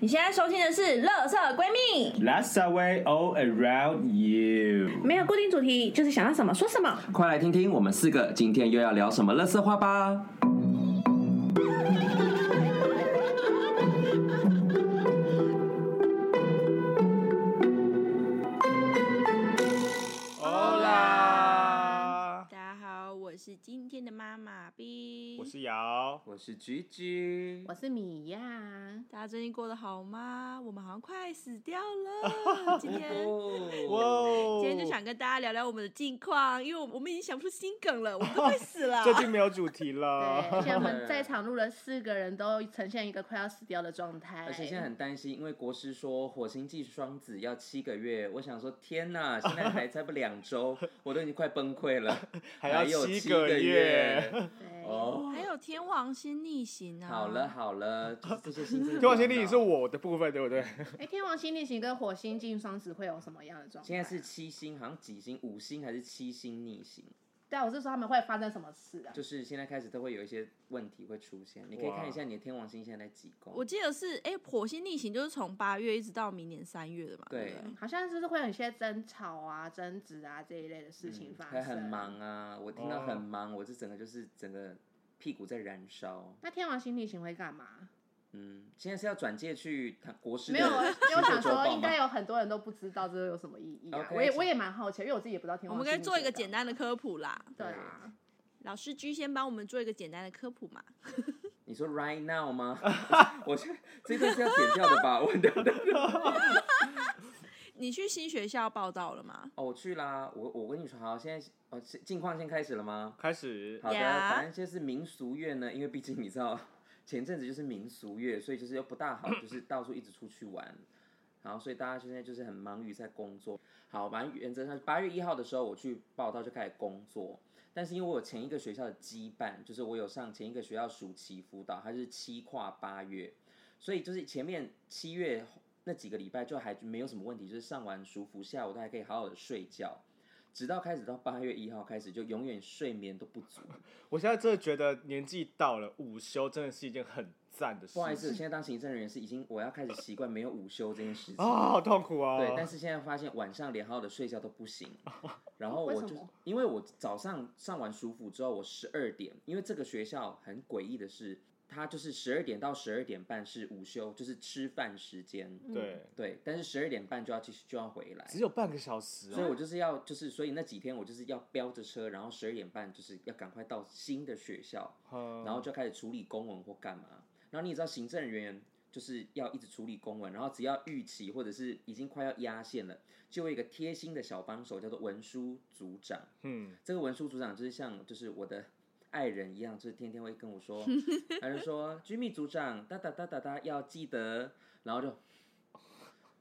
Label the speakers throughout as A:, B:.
A: 你现在收听的是《乐色闺蜜》，
B: That's the way all around you。
A: 没有固定主题，就是想要什么说什么。
C: 快来听听我们四个今天又要聊什么乐色话吧！
B: Hola，
D: 大家好，我是今天的妈妈 B。
B: 我是瑶，
C: 我是菊菊，
E: 我是米娅，啊
D: 大家最近过得好吗？我们好像快死掉 了。今天
B: 哇，哦
D: 今天就想跟大家聊聊我们的近况，因为我们已经想不出新梗了，我们都快死了。
B: 最近没有主题
C: 哦
E: 对，而
B: 了。
E: 且我们在场录了四个人都呈现一个快要死掉的状态，
C: 而且现在很担心，因为国师说火星际双子要七个月，我想说天哪，现在还才不两 周，我都已经快崩溃了，
B: 还要
C: 有
B: 七
C: 个
B: 个月
E: 对，
C: 哦。
D: 还有天王星逆行啊！
C: 好了，好了，就是这些心 情。
B: 天王星历是我的部分，对不 对？
E: 哎、天王星逆行跟火星进双子会有什么样的状态？
C: 现在是，七星，好像几星，五星还是七星逆行？
E: 对啊，我是说他们会发生什么事啊？
C: 就是现在开始都会有一些问题会出现，你可以看一下你的天王星现在在几宫。
D: 我记得是哎，火星逆行就是从八月一直到明年三月的嘛。
C: 对
D: 对不对，
E: 好像就是会有一些争吵啊、争执啊这一类的事情发
C: 还
E: 生。
C: 嗯很。忙啊，我听到
B: 哦
C: 很忙，我这整个就是整个屁股在燃烧。
E: 那天王星逆行会干嘛？
C: 嗯，现在是要转介去他国师的
E: 没有，因
C: 星
E: 为
C: 座
E: 我想
C: 周
E: 说，
C: 报
E: 应该
C: 吗
E: 有很多人都不知道这有什么意义啊。
C: OK，
E: 我也
C: 请
E: 我也蛮好奇，因为我自己也不知道天
D: 我
E: 王
D: 们
E: 星。啊
D: 可以做一个简。单的科普啦。
E: 对啊，
D: 老师居先帮我们做一个简单的科普嘛。
C: 你说 right now 吗？我是这段是要剪掉的吧？我 的
D: 你去新学校报道了吗？
C: 哦，我去啦，我我跟你说，好，现在哦，是近况先开始了吗？
B: 开始
C: 好的
D: Yeah
C: 反正就是民俗月呢，因为毕竟你知道前阵子就是民俗月，所以就是又不大好，就是到处一直出去玩，然后所以大家现在就是很忙于在工作。好，反正原则上八月一号的时候我去报道就开始工作，但是因为我有前一个学校的羁绊，就是我有上前一个学校暑期辅导，它是七跨八月，所以就是前面七月那几个礼拜就还没有什么问题，就是上完舒服，下午都还可以好好的睡觉。直到开始到八月一号开始，就永远睡眠都不足。
B: 我现在真的觉得年纪到了，午休真的是一件很赞的事。
C: 不好意思，现在当行政人员是已经我要开始习惯没有午休这件事情。
B: 啊，好痛苦哦。
C: 对，但是现在发现晚上连好好的睡觉都不行，然后
E: 为
C: 我
E: 什
C: 就
E: 么
C: 因为我早上上完舒服之后，我十二点，因为这个学校很诡异的是，它就是十二点到十二点半是午休，就是吃饭时间，
B: 对，
C: 对，但是十二点半就要继续就要回来，
B: 嗯只有半个小时
C: 所以
B: 哦。
C: 我就是要，就是所以那几天我就是要飙着车，然后十二点半就是要赶快到新的学校，
B: 嗯
C: 然后就开始处理公文或干嘛。然后你也知道，行政人员就是要一直处理公文，然后只要逾期或者是已经快要压线了，就有一个贴心的小帮手叫做文书组长。
B: 嗯，
C: 这个文书组长就是像就是我的爱人一样，就是天天会跟我说， 他就说 Jimmy 组长哒哒哒哒哒要记得，然后就，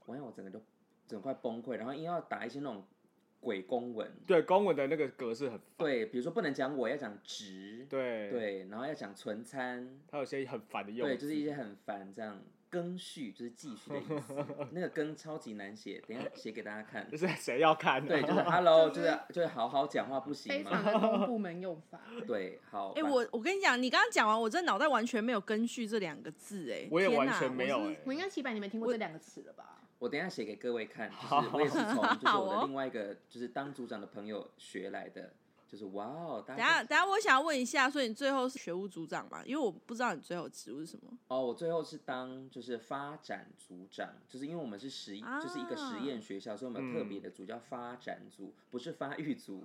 C: 完了我整个就整个快崩溃，然后因为要打一些那种鬼公文，
B: 对，公文的那个格式很烦。
C: 对，比如说不能讲我要讲值，
B: 对，
C: 对，然后要讲存餐，
B: 它有些很烦的用
C: 对，
B: 词。
C: 就是一些很烦这样。更续就是继续的意思，那个更超级难写，等一下写给大家看
B: 就。是谁要看？
C: 对，就是 hello，就是就是好好讲话不行
E: 非常
C: 吗？
E: 的公部门用法。
C: 对，好。
D: 哎、
C: 反
D: 我我跟你讲，你刚刚讲完，我这脑袋完全没有根据这两个字、哎，
B: 我也
D: 天
B: 完
D: 哪
B: 全没有
D: 我
B: 哎
D: 是。
E: 我应该起码你们听过这两个词了吧？
C: 我等一下写给各位看，就是我也 是从就是我
D: 哦
C: 的另外一个就是当组长的朋友学来的，就是哇哦，大
D: 等下，
C: 家
D: 等下，我想要问一下，所以你最后是学务组长嘛？因为我不知道你最后职务是什么。
C: 哦，我最后是当就是发展组长，就是因为我们是实
D: 啊
C: 就是一个实验学校，所以我们有特别的组叫发展组，不是发育组，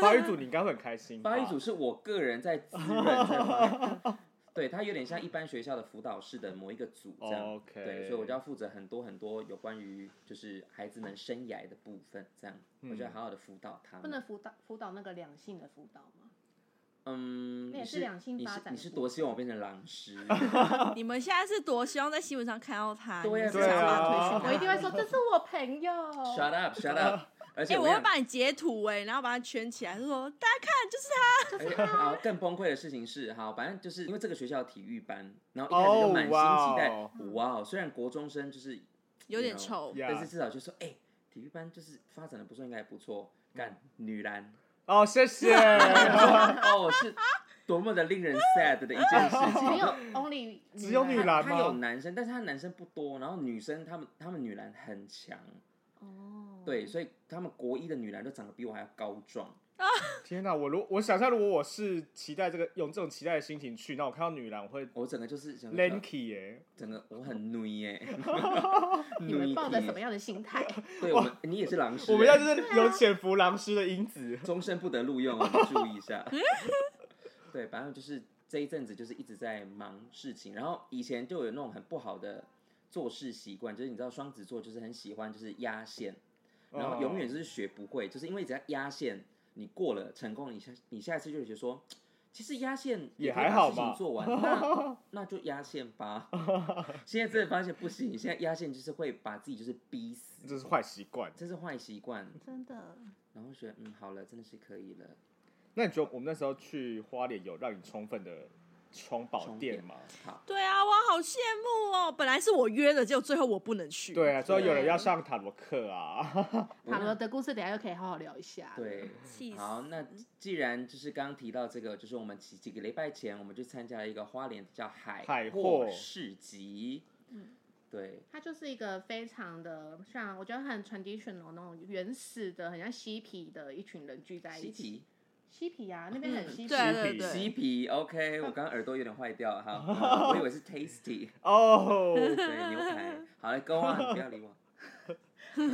B: 发育组你应该会很开心吧。
C: 发育组是我个人在滋润这 块。对，它有点像一般学校的辅导室的某一个组这样
B: OK
C: 对，所以我就要负责很多很多有关于就是孩子们生涯的部分，这样
B: 嗯
C: 我就要好好的辅导他们。
E: 不能辅导辅导那个两性的辅导吗？
C: 嗯，
E: 那
C: 你
E: 也是
C: 是
E: 两性
C: 你
E: 发
C: 是
E: 展
C: 你
E: 的
C: 是
E: 部
C: 多希望我变成狼 师？
B: 啊
D: 你们现在是多希望在新闻上看到他？
C: 对啊
D: 你们是想把他推去哪里
E: 我一定会说这是我朋友。
C: Shut up, shut up！而
D: 哎、
C: 且
D: 我
C: 跟
E: 啊
D: 会
C: 你
D: 把你截图哎、然后把它圈起来，就说大家看，就是他。
C: 讲而且好，更崩溃的事情是，好，反正就是因为这个学校有体育班，然后一开始就满心期待
B: 哦，
C: 哇哦！虽然国中生就是
D: 有点
C: you know，
D: 丑
B: 呀
C: 但是至少就说，哎，体育班就是发展 的不错，应该还不错。干女篮
B: 哦，谢谢。
C: 哦，是多么的令人 sad 的一件事 情。
E: 没有 only
B: 只有女
E: 啦，
B: 篮
C: 他有
B: 吗？
C: 男生，但是他男生不多，然后女生他们他们女篮很强，
E: 哦，
C: 对，所以他们国一的女篮都长得比我还要高壮。
B: 天哪！我如我想象，如果我是期待这个用这种期待的心情去，那我看到女篮我会
C: 我整个就是整个
B: lanky 耶、
C: 整个我很 努 耶、
E: 你们抱着什么
C: 样？
E: 样的心态？
C: 对，我们你也是狼师、
B: 我们要
C: 欸
B: 就是有潜伏狼师的因子。
C: 终身不得录用，我们注意一下。 对，反正就是这一阵子就是一直在忙事情，然后以前就有那种很不好的做事习惯，就是你知道双子座就是很喜欢就是压线，
B: 嗯
C: 然后永远就是学不会，就是因为只要压线你过了成功了，你下你下一次就会觉得说，其实压线
B: 也
C: 可以把
B: 还好
C: 事情
B: 吧
C: 做完那那就压线吧。现在真的发现不行，现在压线就是会把自己就是逼死，
B: 这是坏习惯。
C: 这是坏习惯。
E: 真的，
C: 然后觉得嗯好了，真的是可以了。
B: 那你觉得我们那时候去花莲有让你充分的充饱电吗？
C: 好，
D: 对啊，我好羡慕哦！本来是我约的，结果最后我不能去。
B: 对啊，所以有人要上塔罗课啊。
C: 我那
E: 塔罗的故事等一下又可以好好聊一下。，
C: 对，
D: 气死
C: 好，那既然就是刚刚提到这个，就是我们几几个礼拜前，我们去参加了一个花莲叫海
B: 海
C: 货
B: 货
C: 市集，对，
E: 它就是一个非常的像，我觉得很 traditional 那种原始的，很像嬉皮的一群人聚在
C: 西
E: 一起。
C: 皮，
E: 嬉皮啊，那边很嬉皮。
D: 对
B: 嬉
D: 对
B: 皮
D: 对啊
C: 西，皮，OK，我刚刚耳朵有点坏掉，好， 好我以为是 tasty，
B: 哦，
C: 对，牛排，好了，go on，不要理我，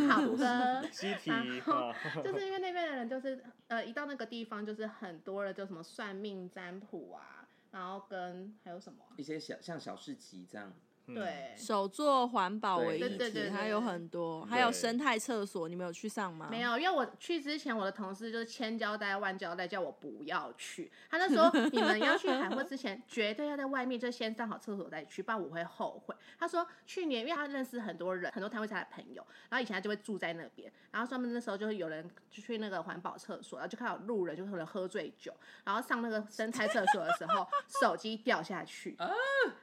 E: 好的。
B: 西提
E: 然后
B: 啊，
E: 就是因为那边的人就是呃，一到那个地方就是很多人就什么算命占卜啊，然后跟还有什么啊、
C: 一些小像小市集这样，
E: 对，
D: 手做环保为
C: 对
D: 议
E: 对对
D: 题，
E: 对
D: 还有很多，还有生态厕所，你们有去上吗？
E: 没。有，因为我去之前，我的同事就是千交代万交代，叫我不要去。他那时候你们要去海货之前，绝对要在外面就先上好厕所再去，不然我会后悔。他说去年因为他认识很多人，很多摊位上的朋友，然后以前他就会住在那边，然后他们那时候就是有人就去那个环保厕所，然后就看到路人就是有人喝醉酒，然后上那个生态厕所的时候，手机掉下去，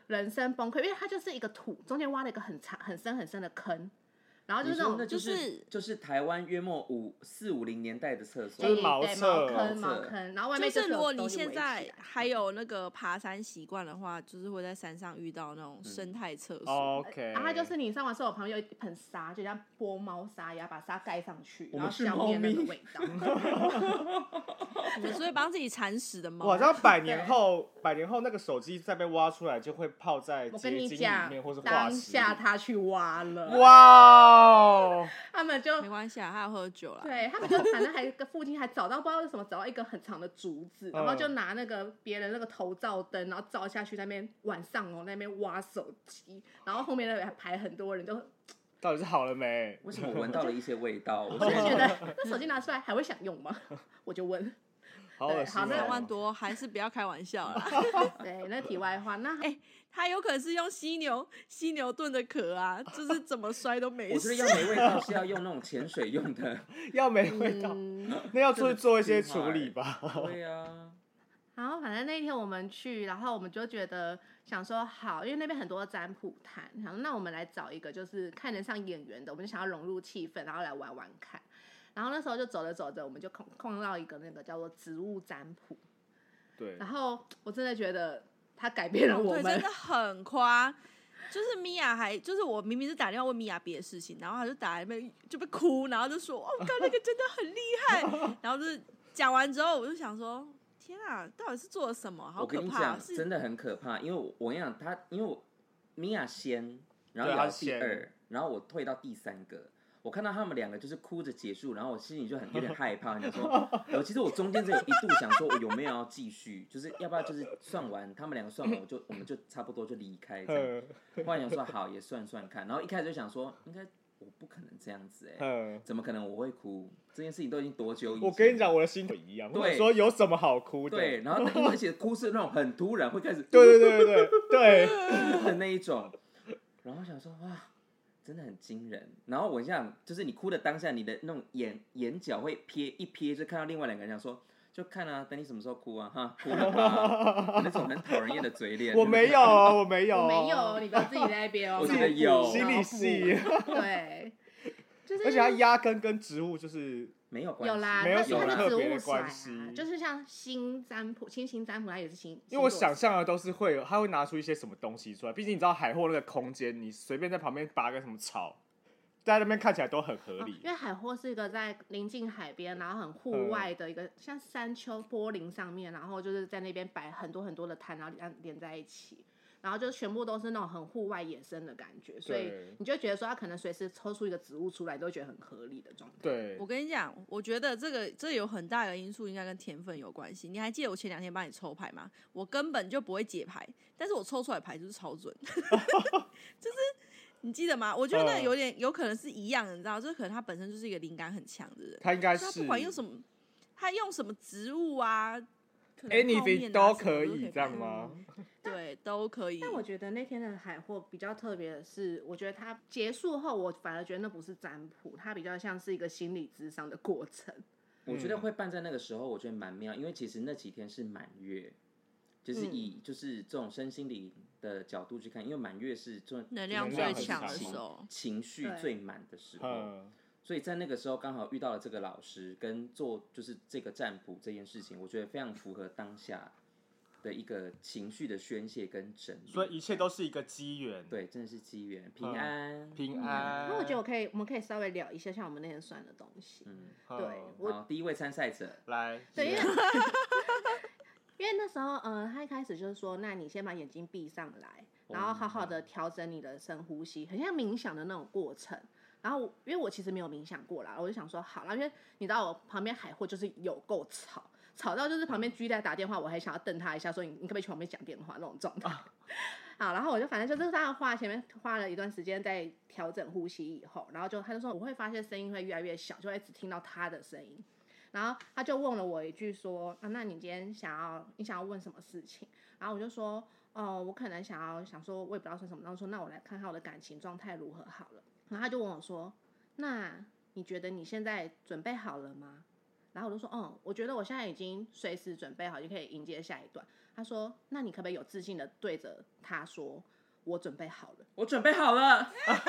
E: 人生崩溃，因为它就是一个土，中间挖了一个很长、很深、很深的坑。然后就是
C: 你
E: 那
C: 说
E: 种
C: 那就是
D: 是
C: 就是台湾约莫五四五零年代的厕所，
B: 就是茅
E: 对
B: 厕
E: 坑、
C: 茅
E: 茅
C: 厕
E: 坑，然后外
D: 就
E: 面
D: 是
E: 是有
D: 如果你
E: 东西
D: 现
E: 围起来
D: 在
C: 嗯
D: 还有那个爬山习惯的话，就是会在山上遇到那种
C: 嗯
D: 生态厕
C: 哦
D: 所。
B: 哦，OK，
E: 然后它就是你上完厕所旁边有一盆沙，就像拨猫砂一样，把沙盖上去，
C: 我
E: 然
C: 们
E: 后
C: 是
E: 消灭那
C: 猫
E: 个
C: 咪
E: 味道。
D: 你们是会帮自己铲屎的猫
B: 我好，像百 年后，百年后那个手机再被挖出来，就会泡在
E: 我
B: 结
E: 跟你
B: 晶里
E: 讲
B: 面或是，化
E: 当
B: 石
E: 下
B: 里。
E: 他去挖了，
B: 哇哦！
E: 他们就
D: 没关系啊，还有喝酒啦。
E: 对他们就反正还 跟附近还找到不知道是什么，找到一个很长的竹子，然后就
B: 嗯
E: 拿那个别人那个头照灯，然后照下去那边晚上哦那边挖手机，然后后面那边还排很多人，就
B: 到底是好了没？
C: 为什么我闻到了一些味道？我
E: 我就
C: 现在
E: 觉 得那手机拿出来还会想用吗？ 我就问。
B: 好恶心
E: 好那
D: 三
B: 哦
D: 万！多还是不要开玩笑 啦，
E: 对，那题外话，那
D: 它有可能是用犀牛犀牛盾的壳啊，就是怎么摔都没
C: 我觉
D: 事。
C: 得要没味道是要用那种潜水用的。
B: 要没味道，
E: 嗯，
B: 那要出去做一些
C: 真的是
B: 处理吧。
C: 对啊呀，
E: 然后反正那一天我们去，然后我们就觉得想说好，因为那边很多占卜摊，想说那我们来找一个就是看得上眼缘的，我们就想要融入气氛，然后来玩玩看。然后那时候就走着走着，我们就碰碰到一个那个叫做植物占卜，
B: 对
E: 然，后我真的觉得它改变了我
D: 哦对，真
E: 们
D: 的，很夸。就是米娅还就是我明明是打电话问米娅别的事情，然后她就打来被就被哭，然后就说：“哦，刚那个真的很厉害。” 然后就是讲完之后，我就想说：“天啊，到底是做了什么？好
C: 我
D: 可
C: 跟你
D: 怕啊！”
C: 讲，
D: 是
C: 真的很可怕，因为我我跟你讲，他因为我米娅先，然后
B: 对她
C: 姚第
B: 先
C: 二，然后我退到第三个。我看到他们两个就是哭着结束，然后我心里就很有点害怕，想说，我其实我中间只有一度想说，我有没有要继续，就是要不要就是算完他们两个算完，我就我们就差不多就离 开 这样。
B: 嗯
C: 后来想说好也算算看，然后一开始就想说，应该我不可能这样子哎、
B: 嗯，
C: 怎么可能我会哭？这件事情都已经多久以前？
B: 我跟你讲，，我的心一样。
C: 对
B: 我说有什么好哭的？
C: 对，然后因为而且哭是那种很突然，会开始
B: 对对对对对对，
C: 的那一种，然后我想说哇，真的很惊人。然后我想就是你哭的当下，你的那种眼眼角会瞥一瞥，就看到另外两个人，想说就看啊，等你什么时候哭啊，哈，哭了吧，那种很讨人厌的嘴脸。
B: 我没有哦，我没有，
E: 我没有，， 你不要自己在那边哦，
C: 我觉得有
B: 心理
E: 脑补
B: 戏，
E: 对，就是
B: 而且它压根跟植物就是
C: 没有关系，
E: 有啦，
B: 没有
E: 他是
B: 什么
E: 他
B: 特
E: 是植
B: 别
E: 物
B: 的
E: 甩
B: 关
E: 啊
B: 系，
E: 就是像星占卜、星星占卜，它也是星。
B: 因为我
E: 星座
B: 想象的都是会有，他会拿出一些什么东西出来。毕竟你知道海货那个空间，你随便在旁边拔个什么草，在那边看起来都很合
E: 哦
B: 理。
E: 因为海货是一个在临近海边，然后很户
B: 嗯
E: 外的一个、像山丘坡林上面，然后就是在那边摆很多很多的摊，然后连连在一起，然后就全部都是那种很户外野生的感觉，所以
B: 对
E: 你就觉得说它可能随时抽出一个植物出来，都会觉得很合理的状态。
B: 对啊
D: 我，跟你讲，我觉得这个这有很大的因素应该跟天分有关系。你还记得我前两天帮你抽牌吗？我根本就不会解牌，但是我抽出来牌就是超准， 就是你记得吗？我觉得那个
B: 嗯
D: 有点有可能是一样的，你知道，就是可能他本身就是一个灵感很强的人，
B: 他应该
D: 就是他不管用什么，他用什么植物啊。可能
B: Anything
D: 泡面啊
B: 都
D: 什么
B: 可
D: 可
B: 以这
D: 摆
B: 样吗
E: 嗯
D: 对，都可以。
E: 但我觉得那天的海货比较特别的是，我觉得它结束后，我反而觉得那不是占卜，它比较像是一个心理智商的过程。
C: 我
B: 嗯
C: 觉得会办在那个时候，我觉得蛮妙，因为其实那几天是满月，就是以就是这种身心灵的角度去看，因为满月是这种
D: 能量
C: 就是
B: 最
C: 情
B: 强的时
D: 候
C: 情绪
E: 对
C: 最满的时候，
B: 嗯，
C: 所以在那个时候刚好遇到了这个老师，跟做就是这个占卜这件事情，我觉得非常符合当下的一个情绪的宣泄跟整理，
B: 所以一切都是一个机缘，，
C: 对，真的是机缘，平
B: 嗯
C: 安，
B: 平安。
E: 那我觉得我可以，我们可以稍微聊一下像我们那天算的东西。
C: 嗯，
B: 嗯
E: 对我
C: 好，第一位参赛者，
B: 来，
E: 对，因为
C: 是
E: 因为那时候，呃，他一开始就是说，那你先把眼睛闭上来，然后好好的调整你的深呼吸，很像冥想的那种过程。然后我，因为我其实没有冥想过啦，我就想说好啦，因为你知道我旁边海货就是有够吵，吵到就是旁边居在打电话，我还想要瞪他一下，说你你可不可以去旁边讲电话那种状态。 好，然后我就反正就是他花前面花了一段时间在调整呼吸以后，然后就他就说我会发现声音会越来越小，就会只听到他的声音。然后他就问了我一句说：“啊，那你今天想要你想要问什么事情？”然后我就说：“哦，我可能想要想说，我也不知道说什么。”然后说：“那我来看看我的感情状态如何好了。”然后他就问我说：“那你觉得你现在准备好了吗？”然后我就说：“嗯，我觉得我现在已经随时准备好，就可以迎接下一段。”他说：“那你可不可以有自信的对着他说，我准备好了？”
C: 我准备好了，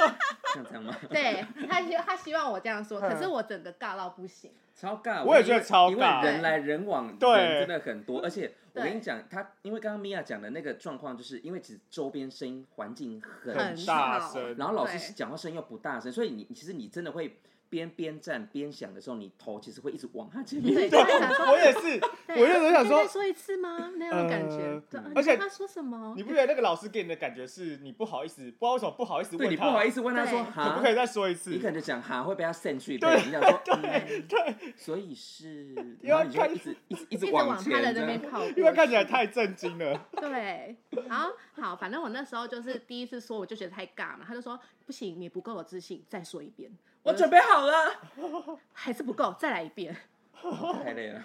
C: 像这样吗？
E: 对他希他希望我这样说，可是我整个尬到不行。
C: 超尬，
B: 我也
C: 因为
B: 觉得超尬欸
C: 因为人来人往，
B: 对
C: 人真的很多，而且我
E: 对
C: 跟你讲，他因为刚刚米娅讲的那个状况，就是因为其实周边声音环境很
E: 很
C: 吵，
B: 大
E: 吵
B: 声
C: 然后老师
E: 对
C: 讲话声音又不大声，所以你其实你真的会边边站边想的时候，你头其实会一直往他前 面
E: 对，
C: 走
E: 就。会想说
B: 我也是，
E: 对
B: 我就很想
E: 再
B: 说
E: 再，说一次吗？那样的感觉
B: 呃。
E: 对啊
B: 嗯
E: 你
B: 而且
E: 他说什么
B: 你？不觉得那个老师给你的感觉是你不好意思，不知道为什么不好意思
C: 对
B: 问
C: 你不
B: 他，
C: 好意思问他说
E: 对
B: 可
C: 哈
B: 不，可以再说一次？
C: 你可能就讲哈会被他 send 去，
B: 对
C: 你想 说，嗯
B: 对对，
C: 所以是，
B: 因为
C: 然后你就会
B: 看
C: 一直一直一
E: 一
C: 直
E: 直
C: 往
E: 往
C: 前
E: 他的
C: 这
E: 那
C: 样
E: 边靠过去，
B: 因为看起来太震惊 了，
E: 对。然后好，反正我那时候就是第一次说，我就觉得太尬嘛。他就说不行，你不够有自信，再说一遍。
C: 我
E: 就
C: 准备好了，
E: 还是不够，再来一遍。
C: 太累了，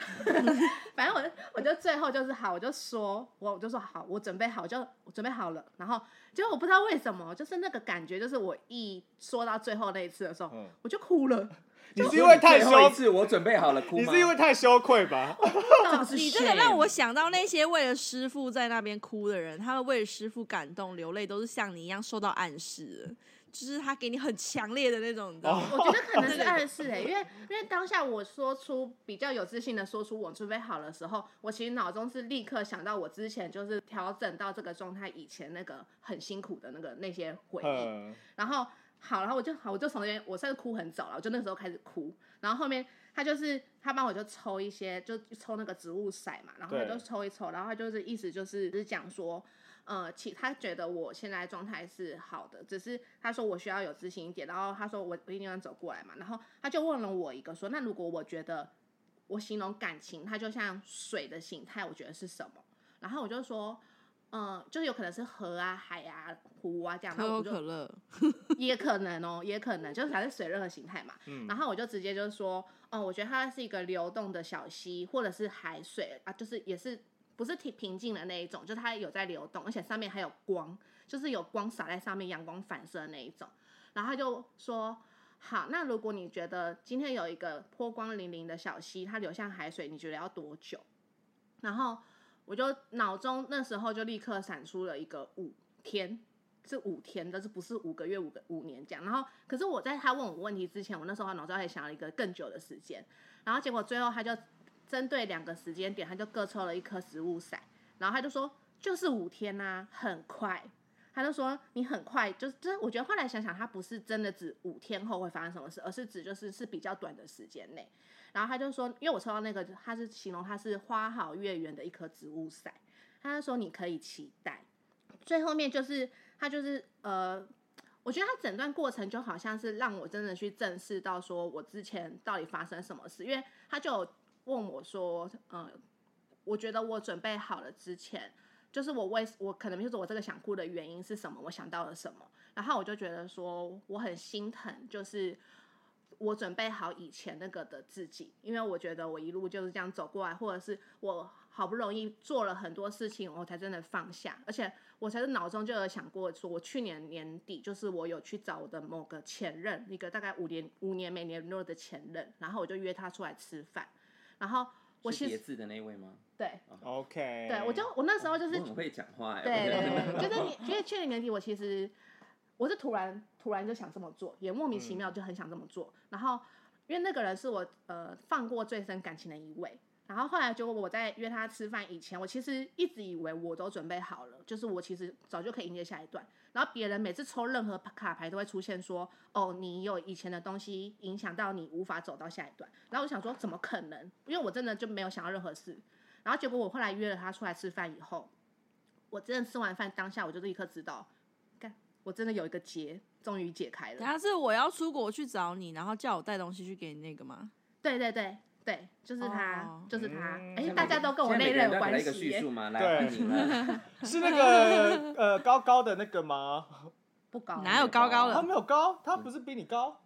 E: 反正我就我就最后就是好，我就说我我就说好，我准备好就我准备好了。然后结果我不知道为什么，就是那个感觉，就是我一说到最后那一次的时候，
B: 嗯
E: 我就哭 了。
B: 你是因为太
C: 最后一
B: 羞，
C: 次我准备好了哭吗？
B: 你是因为太羞愧吧？
D: 你这个让我想到那些为了师傅在那边哭的人，他们为了师傅感动流泪，都是像你一样受到暗示的，就是他给你很强烈的那种，你知道吗？
E: 我觉得可能是暗示哎、因为因为当下我说出比较有自信的说出我准备好的时候，我其实脑中是立刻想到我之前就是调整到这个状态以前那个很辛苦的那个那些回忆，
B: 嗯，
E: 然后好，然后我就好，我就从那边我算是哭很早了，我就那个时候开始哭，然后后面他就是他帮我就抽一些，就抽那个植物骰嘛，然后我
B: 对
E: 就抽一抽，然后他就是意思就是就是讲说，呃，其他觉得我现在状态是好的，只是他说我需要有自信一点，然后他说我我一定要走过来嘛，然后他就问了我一个说，那如果我觉得我形容感情，它就像水的形态，我觉得是什么？然后我就说，呃，就是有可能是河啊、海啊、湖啊这样，然
D: 可
E: 后
D: 口
E: 我就
D: 可乐，
E: 也可能哦，也可能就是反正水任何形态嘛。
B: 嗯
E: 然后我就直接就说，哦，我觉得它是一个流动的小溪，或者是海水啊，就是也是不是挺平静的那一种，就它有在流动，而且上面还有光，就是有光洒在上面，阳光反射的那一种。然后他就说。好，那如果你觉得今天有一个波光粼粼的小溪，它流向海水，你觉得要多久？然后我就脑中那时候就立刻闪出了一个五天，是五天的，这不是五个月五个五年这样。然后，可是我在他问我问题之前，我那时候脑中还想了一个更久的时间，然后结果最后他就针对两个时间点，他就各抽了一颗食物伞，然后他就说就是五天呐、很快。他就说你很快，就是这，我觉得后来想想，他不是真的指五天后会发生什么事，而是指就是是比较短的时间内。然后他就说，因为我抽到那个，他是形容它是花好月圆的一颗植物伞，他就说你可以期待。最后面就是他就是呃，我觉得他整段过程就好像是让我真的去正视到说我之前到底发生什么事，因为他就有问我说，呃，我觉得我准备好了之前。就是我为我可能就是我这个想哭的原因是什么，我想到了什么，然后我就觉得说我很心疼，就是我准备好以前那个的自己，因为我觉得我一路就是这样走过来，或者是我好不容易做了很多事情，我才真的放下，而且我才是脑中就有想过，说我去年年底就是我有去找我的某个前任，一个大概五年五年没联络的前任，然后我就约他出来吃饭，然后我
C: 是
E: 其
C: 叠
E: 实
C: 字的那一位吗？
E: 对
B: OK，
E: 对，我就我那时候就是
C: 我很会讲话哎、
E: 对
C: OK
E: 对对，就是你，因为去年年底我其实我是突然突然就想这么做，也莫名其妙就很想这么做。然后因为那个人是我呃放过最深感情的一位，然后后来结果我在约他吃饭以前，我其实一直以为我都准备好了，就是我其实早就可以迎接下一段。然后别人每次抽任何卡牌都会出现说，哦，你有以前的东西影响到你无法走到下一段。然后我想说，怎么可能？因为我真的就没有想到任何事。然后结果我后来约了他出来吃饭以后，我真的吃完饭当下，我就立刻知道，干，我真的有一个结，终于解开
D: 等
E: 了。
D: 下是我要出国去找你，然后叫我带东西去给你那个吗？
E: 对对对对，就是他，
D: 哦
E: 就是他。
B: 嗯
E: 哎、
C: 现在
E: 大家都跟我
C: 每
E: 内
C: 个人
E: 任
C: 都
E: 有
C: 要给他
E: 关
C: 一个
E: 系
C: 叙
E: 耶，
C: 述吗？来，
B: 对
C: 换 你了。
B: 是那个呃高高的那个吗？
E: 不高，
D: 哪有高高
B: 他
D: 的？
B: 没有高，他不是比你高，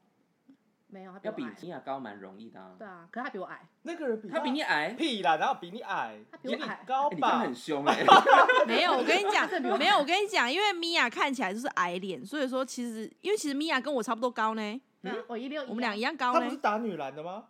E: 没有，他比
C: 要
E: 我
C: 比
E: 矮。
C: 米娅高蛮容易的、啊。
E: 对啊，可是他比我矮，
B: 那个人比
C: 他比你矮，
B: 屁啦，然后比你矮，
E: 他比我
B: 你
E: 矮
B: 高
C: 哎你真的
B: 吧
C: 很？凶哎、
D: 没有，我跟你讲
E: 这比我，
D: 没有，我跟你讲，因为米娅看起来就是矮脸，所以说其实因为其实米娅跟我差不多高呢，
E: 对
C: 嗯
E: 啊我一六一，
D: 我们俩一样
B: 他
D: 高
B: 不是
D: 呢。
B: 打女篮的吗？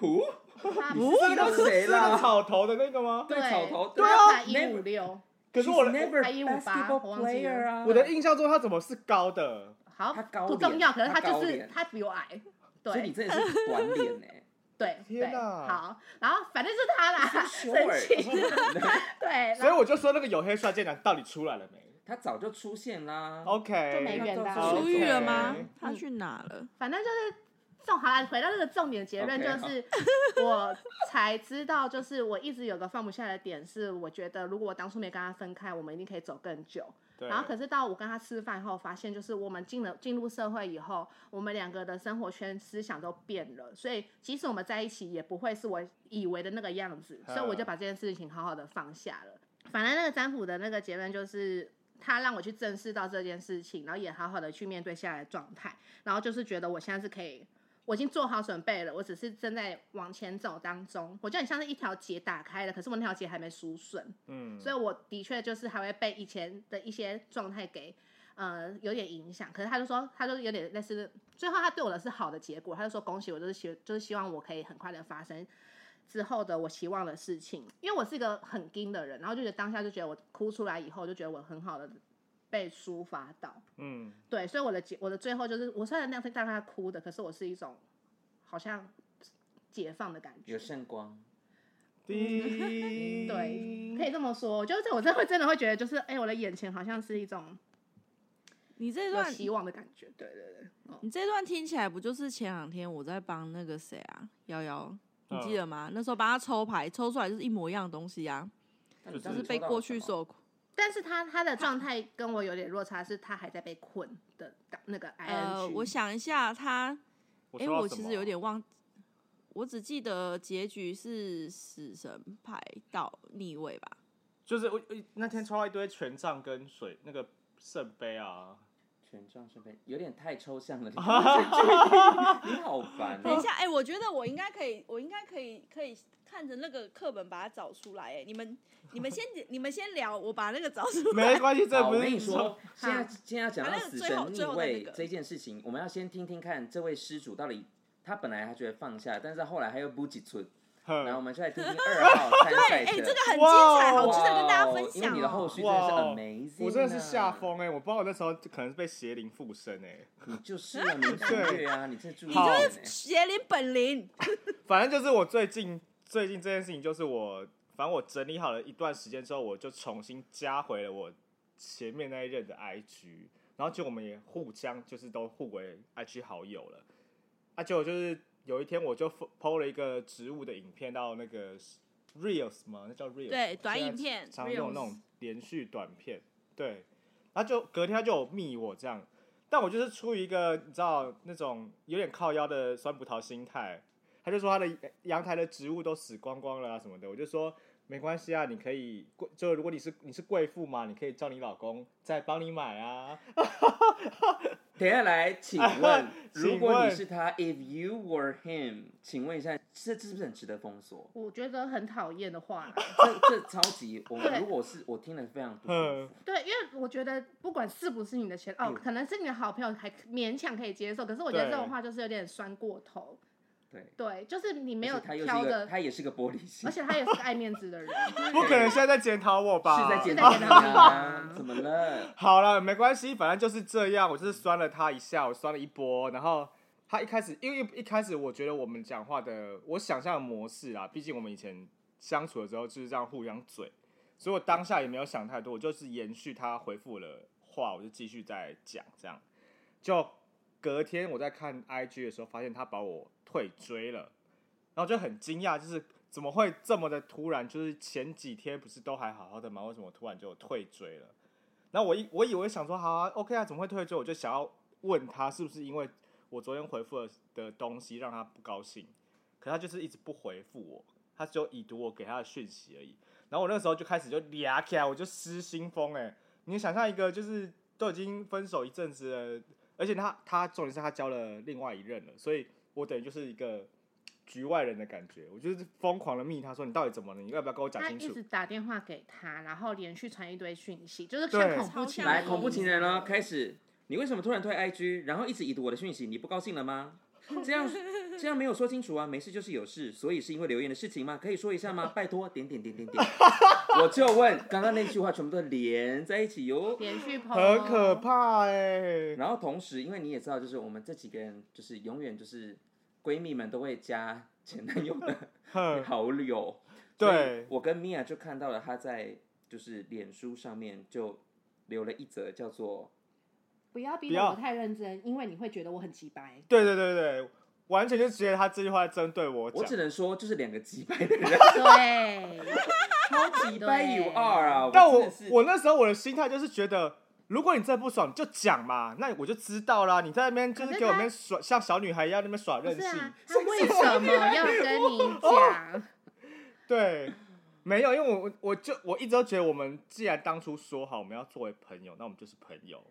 C: 胡，
E: 他
C: 你是
B: 那个
C: 是谁
B: 是那个
C: 啦？
B: 草头的那个吗？
E: 对
C: 草头，
E: 对
C: 啊，
E: 他一五
C: never-
E: 六，
B: 可是我
C: she's
B: 的
C: never
E: 他158
C: basketball
E: 我忘记了
C: player 啊，
B: 我的印象中他怎么是高的？
E: 好
C: 他高
E: 不
C: 脸
E: 重要，可是
C: 他
E: 他就
C: 高
E: 是
C: 脸
E: 他比我矮，
C: 所以你
E: 对
C: 真的是短脸哎、
E: 对
B: 天
E: 对，
B: 哪
E: 好，然后反正是他啦，生气，
C: 欸 short，
E: 对，然
B: 所以
E: 后
B: 我就说那个黝黑帅剑男到底出来了没
C: 他早就出现啦。
B: ？OK，
E: 嗯就没缘啦
B: 好
D: 出狱了吗
B: OK？
D: 他去哪了？
E: 反正就是重好了，回到这个重点结论
C: OK，
E: 就
C: 好
E: 是， 我才知道，就是我一直有个放不下的点是，我觉得如果我当初没跟他分开，我们一定可以走更久。
B: 对
E: 然后可是到我跟他吃饭后，发现就是我们进了进入社会以后，我们两个的生活圈、思想都变了，所以即使我们在一起，也不会是我以为的那个样子，所以我就把这件事情好好的放下了。反正那个占卜的那个结论就是。他让我去正视到这件事情，然后也好好的去面对下来的状态，然后就是觉得我现在是可以，我已经做好准备了，我只是正在往前走当中。我觉得很像是一条结打开了，可是我那条结还没梳顺，
B: 嗯，
E: 所以我的确就是还会被以前的一些状态给呃有点影响。可是他就说，他就有点类似，最后他对我的是好的结果，他就说恭喜我，就是希就是希望我可以很快的发生之后的我希望的事情。因为我是一个很硬的人，然后就觉得当下就觉得我哭出来以后，就觉得我很好的被抒发到。
B: 嗯，
E: 对，所以我的结我的最后就是，我虽然那样让他哭的，可是我是一种好像解放的感觉，
C: 有圣光，
B: 滴，
E: 对，可以这么说，就是我真的会真的会觉得，就是哎、我的眼前好像是一种
D: 你这
E: 有
D: 段
E: 希望的感觉。对对对，哦
D: 你这段听起来不就是前两天我在帮那个谁啊，瑶瑶，你
B: 嗯
D: 记得吗？那时候帮他抽牌，抽出来就是一模一样的东西啊，
C: 那你
B: 就
C: 到
D: 就
C: 底
D: 是被
C: 抽到
D: 过
C: 了
D: 去
C: 什么
D: 所
E: 但是他他的状态跟我有点落差，是他还在被困的那个 ing。
D: 呃，我想一下他，
B: 我
D: 哎、
B: 说到
D: 我
B: 什
D: 其
B: 么
D: 实有点忘，我只记得结局是死神牌到逆位吧。
B: 就是我那天抽到一堆权杖跟水那个圣杯啊，
C: 权杖圣杯，有点太抽象了。你你好烦
D: 等一
C: 哦。
D: 下，哎、我觉得我应该可以，我应该可以，可以看着那个课本把它找出来。哎，你们，你们先，你们先聊，我把那个找出 来。
B: 没关系，这
C: 好，
B: 不是
C: 我跟你说，现在
E: 好？
C: 现在要讲
D: 啊
C: 到
D: 那个
C: 死
D: 最后
C: 神逆
D: 最后的那
C: 位
D: 个
C: 这件事情，我们要先听听看这位施主到底他本来他觉得放下，但是后来他又不几寸，然后 我
B: 哼，
C: 们就来听听二号参赛
D: 哎、
C: 者。
D: 这个很精彩，
B: 哇
D: 好
B: 哦
D: 值得跟大家分
C: 因为
D: 享、
C: 你的后
D: 哦。
C: 续真的是
B: 哇哦
C: amazing，
B: 我真的是
C: 啊
B: 吓。疯哎！我不知道我那时候可能是被邪灵附身哎、
C: 你就是啊，你对啊，你这注意
B: 好
C: 点欸
D: 邪灵本灵，
B: 反正就是我最近最近这件事情，就是我反正我整理好了一段时间之后，我就重新加回了我前面那一任的 IG，然后就我们也互相就是都互为 IG 好友了。啊，结果就是有一天我就 fo- PO 了一个植物的影片到那个 Reels 嘛，那叫 Reels，
D: 对短
B: 现在
D: 影片
B: 常用
D: Reels
B: 那种连续短片，对。然后就隔天他就有密我这样，但我就是出于一个你知道那种有点靠腰的酸葡萄心态，他就说他的呃阳台的植物都死光光了啊什么的，我就说没关系啊，你可以贵就如果你是你是贵妇嘛，你可以叫你老公再帮你买啊。，
C: 等一下来，请问如
B: 请
C: 果
B: 问
C: 你是他，If you were him，请问一下，这这是不是很值得封锁
E: 我觉得很讨厌的话啦，
C: 这这超级，我
E: 对
C: 如果是我听了非常不舒
B: 嗯
C: 服。
E: 对，因为我觉得不管是不是你的前哦，
C: 嗯
E: 可能是你的好朋友还勉强可以接受，可是我觉得
B: 对
E: 这种话就是有点酸过头。
C: 对，
E: 对，就是你没有
C: 而且他又是
E: 挑
C: 一个，
E: 的，
C: 他也是个玻璃心，
E: 而且他也是个爱面子的人。
B: 不可能现在在检讨我吧？
C: 是在
E: 检
C: 检讨
E: 讨
C: 你
E: 你
C: 啊
E: 啊？
C: 怎么了？
B: 好了，没关系，反正就是这样。我就是酸了他一下，我酸了一波，然后他一开始，因为一一开始我觉得我们讲话的，我想象的模式啦，毕竟我们以前相处的时候就是这样互相嘴，所以我当下也没有想太多，我就是延续他回复我的话，我就继续在讲这样。就隔天我在看 IG 的时候，发现他把我退追了，然后就很惊讶，就是怎么会这么的突然？就是前几天不是都还好好的吗？为什么突然就退追了？然后我以我以为想说好啊，OK 啊，怎么会退追？我就想要问他是不是因为我昨天回复了的东西让他不高兴，可他就是一直不回复我，他只有已读我给他的讯息而已。然后我那时候就开始就俩起来，我就失心疯哎、你想象一个就是都已经分手一阵子了，而且他他重点是他交了另外一任了，所以我等于就是一个局外人的感觉。我就是疯狂的密他说你到底怎么了？你要不要跟我讲
E: 他
B: 清
E: 一
B: 楚
E: 直？打电话给他，然后连续传一堆讯息，就是
B: 对
E: 像恐怖情
D: 超像
C: 来，
E: 人。
C: 恐怖情人哦，开始。你为什么突然退 IG，然后一直已读我的讯息？你不高兴了吗？这样这样没有说清楚啊，没事就是有事，所以是因为留言的事情吗？可以说一下吗？拜托，点点点点点。我就问，刚刚那句话全部都连在一起哟。
E: 连续抛，
B: 很可。怕哎、
C: 然后同时，因为你也知道，就是我们这几个人，就是永远就是闺蜜们都会加前男友的
B: 哼
C: 好友。所以
B: 嗯对，
C: 我跟米娅就看到了她在就是脸书上面就留了一则叫做
E: 不要逼
B: 不
E: 得
B: 要
E: 我太认真，因为你会觉得我很急白。
B: 对对对对，完全就觉得他这句话在针对我
C: 我
B: 讲
C: 只。能说就是两个击败的 人
E: 对，超级
C: ，by you are 啊！
B: 但
C: 真
B: 我
C: 的是
B: 我那时候我的心态就是觉得，如果你真的不爽，你就讲嘛，那我就知道啦。你在那边就是
E: 可是
B: 给我
E: 他
B: 那边耍，像小女孩一样那边耍
E: 不
B: 任
E: 是
B: 性，哦
E: 啊，他为什么要跟你讲？
B: 对。没有，因为我我我就我一直都觉得，我们既然当初说好我们要作为朋友，那我们就是朋友。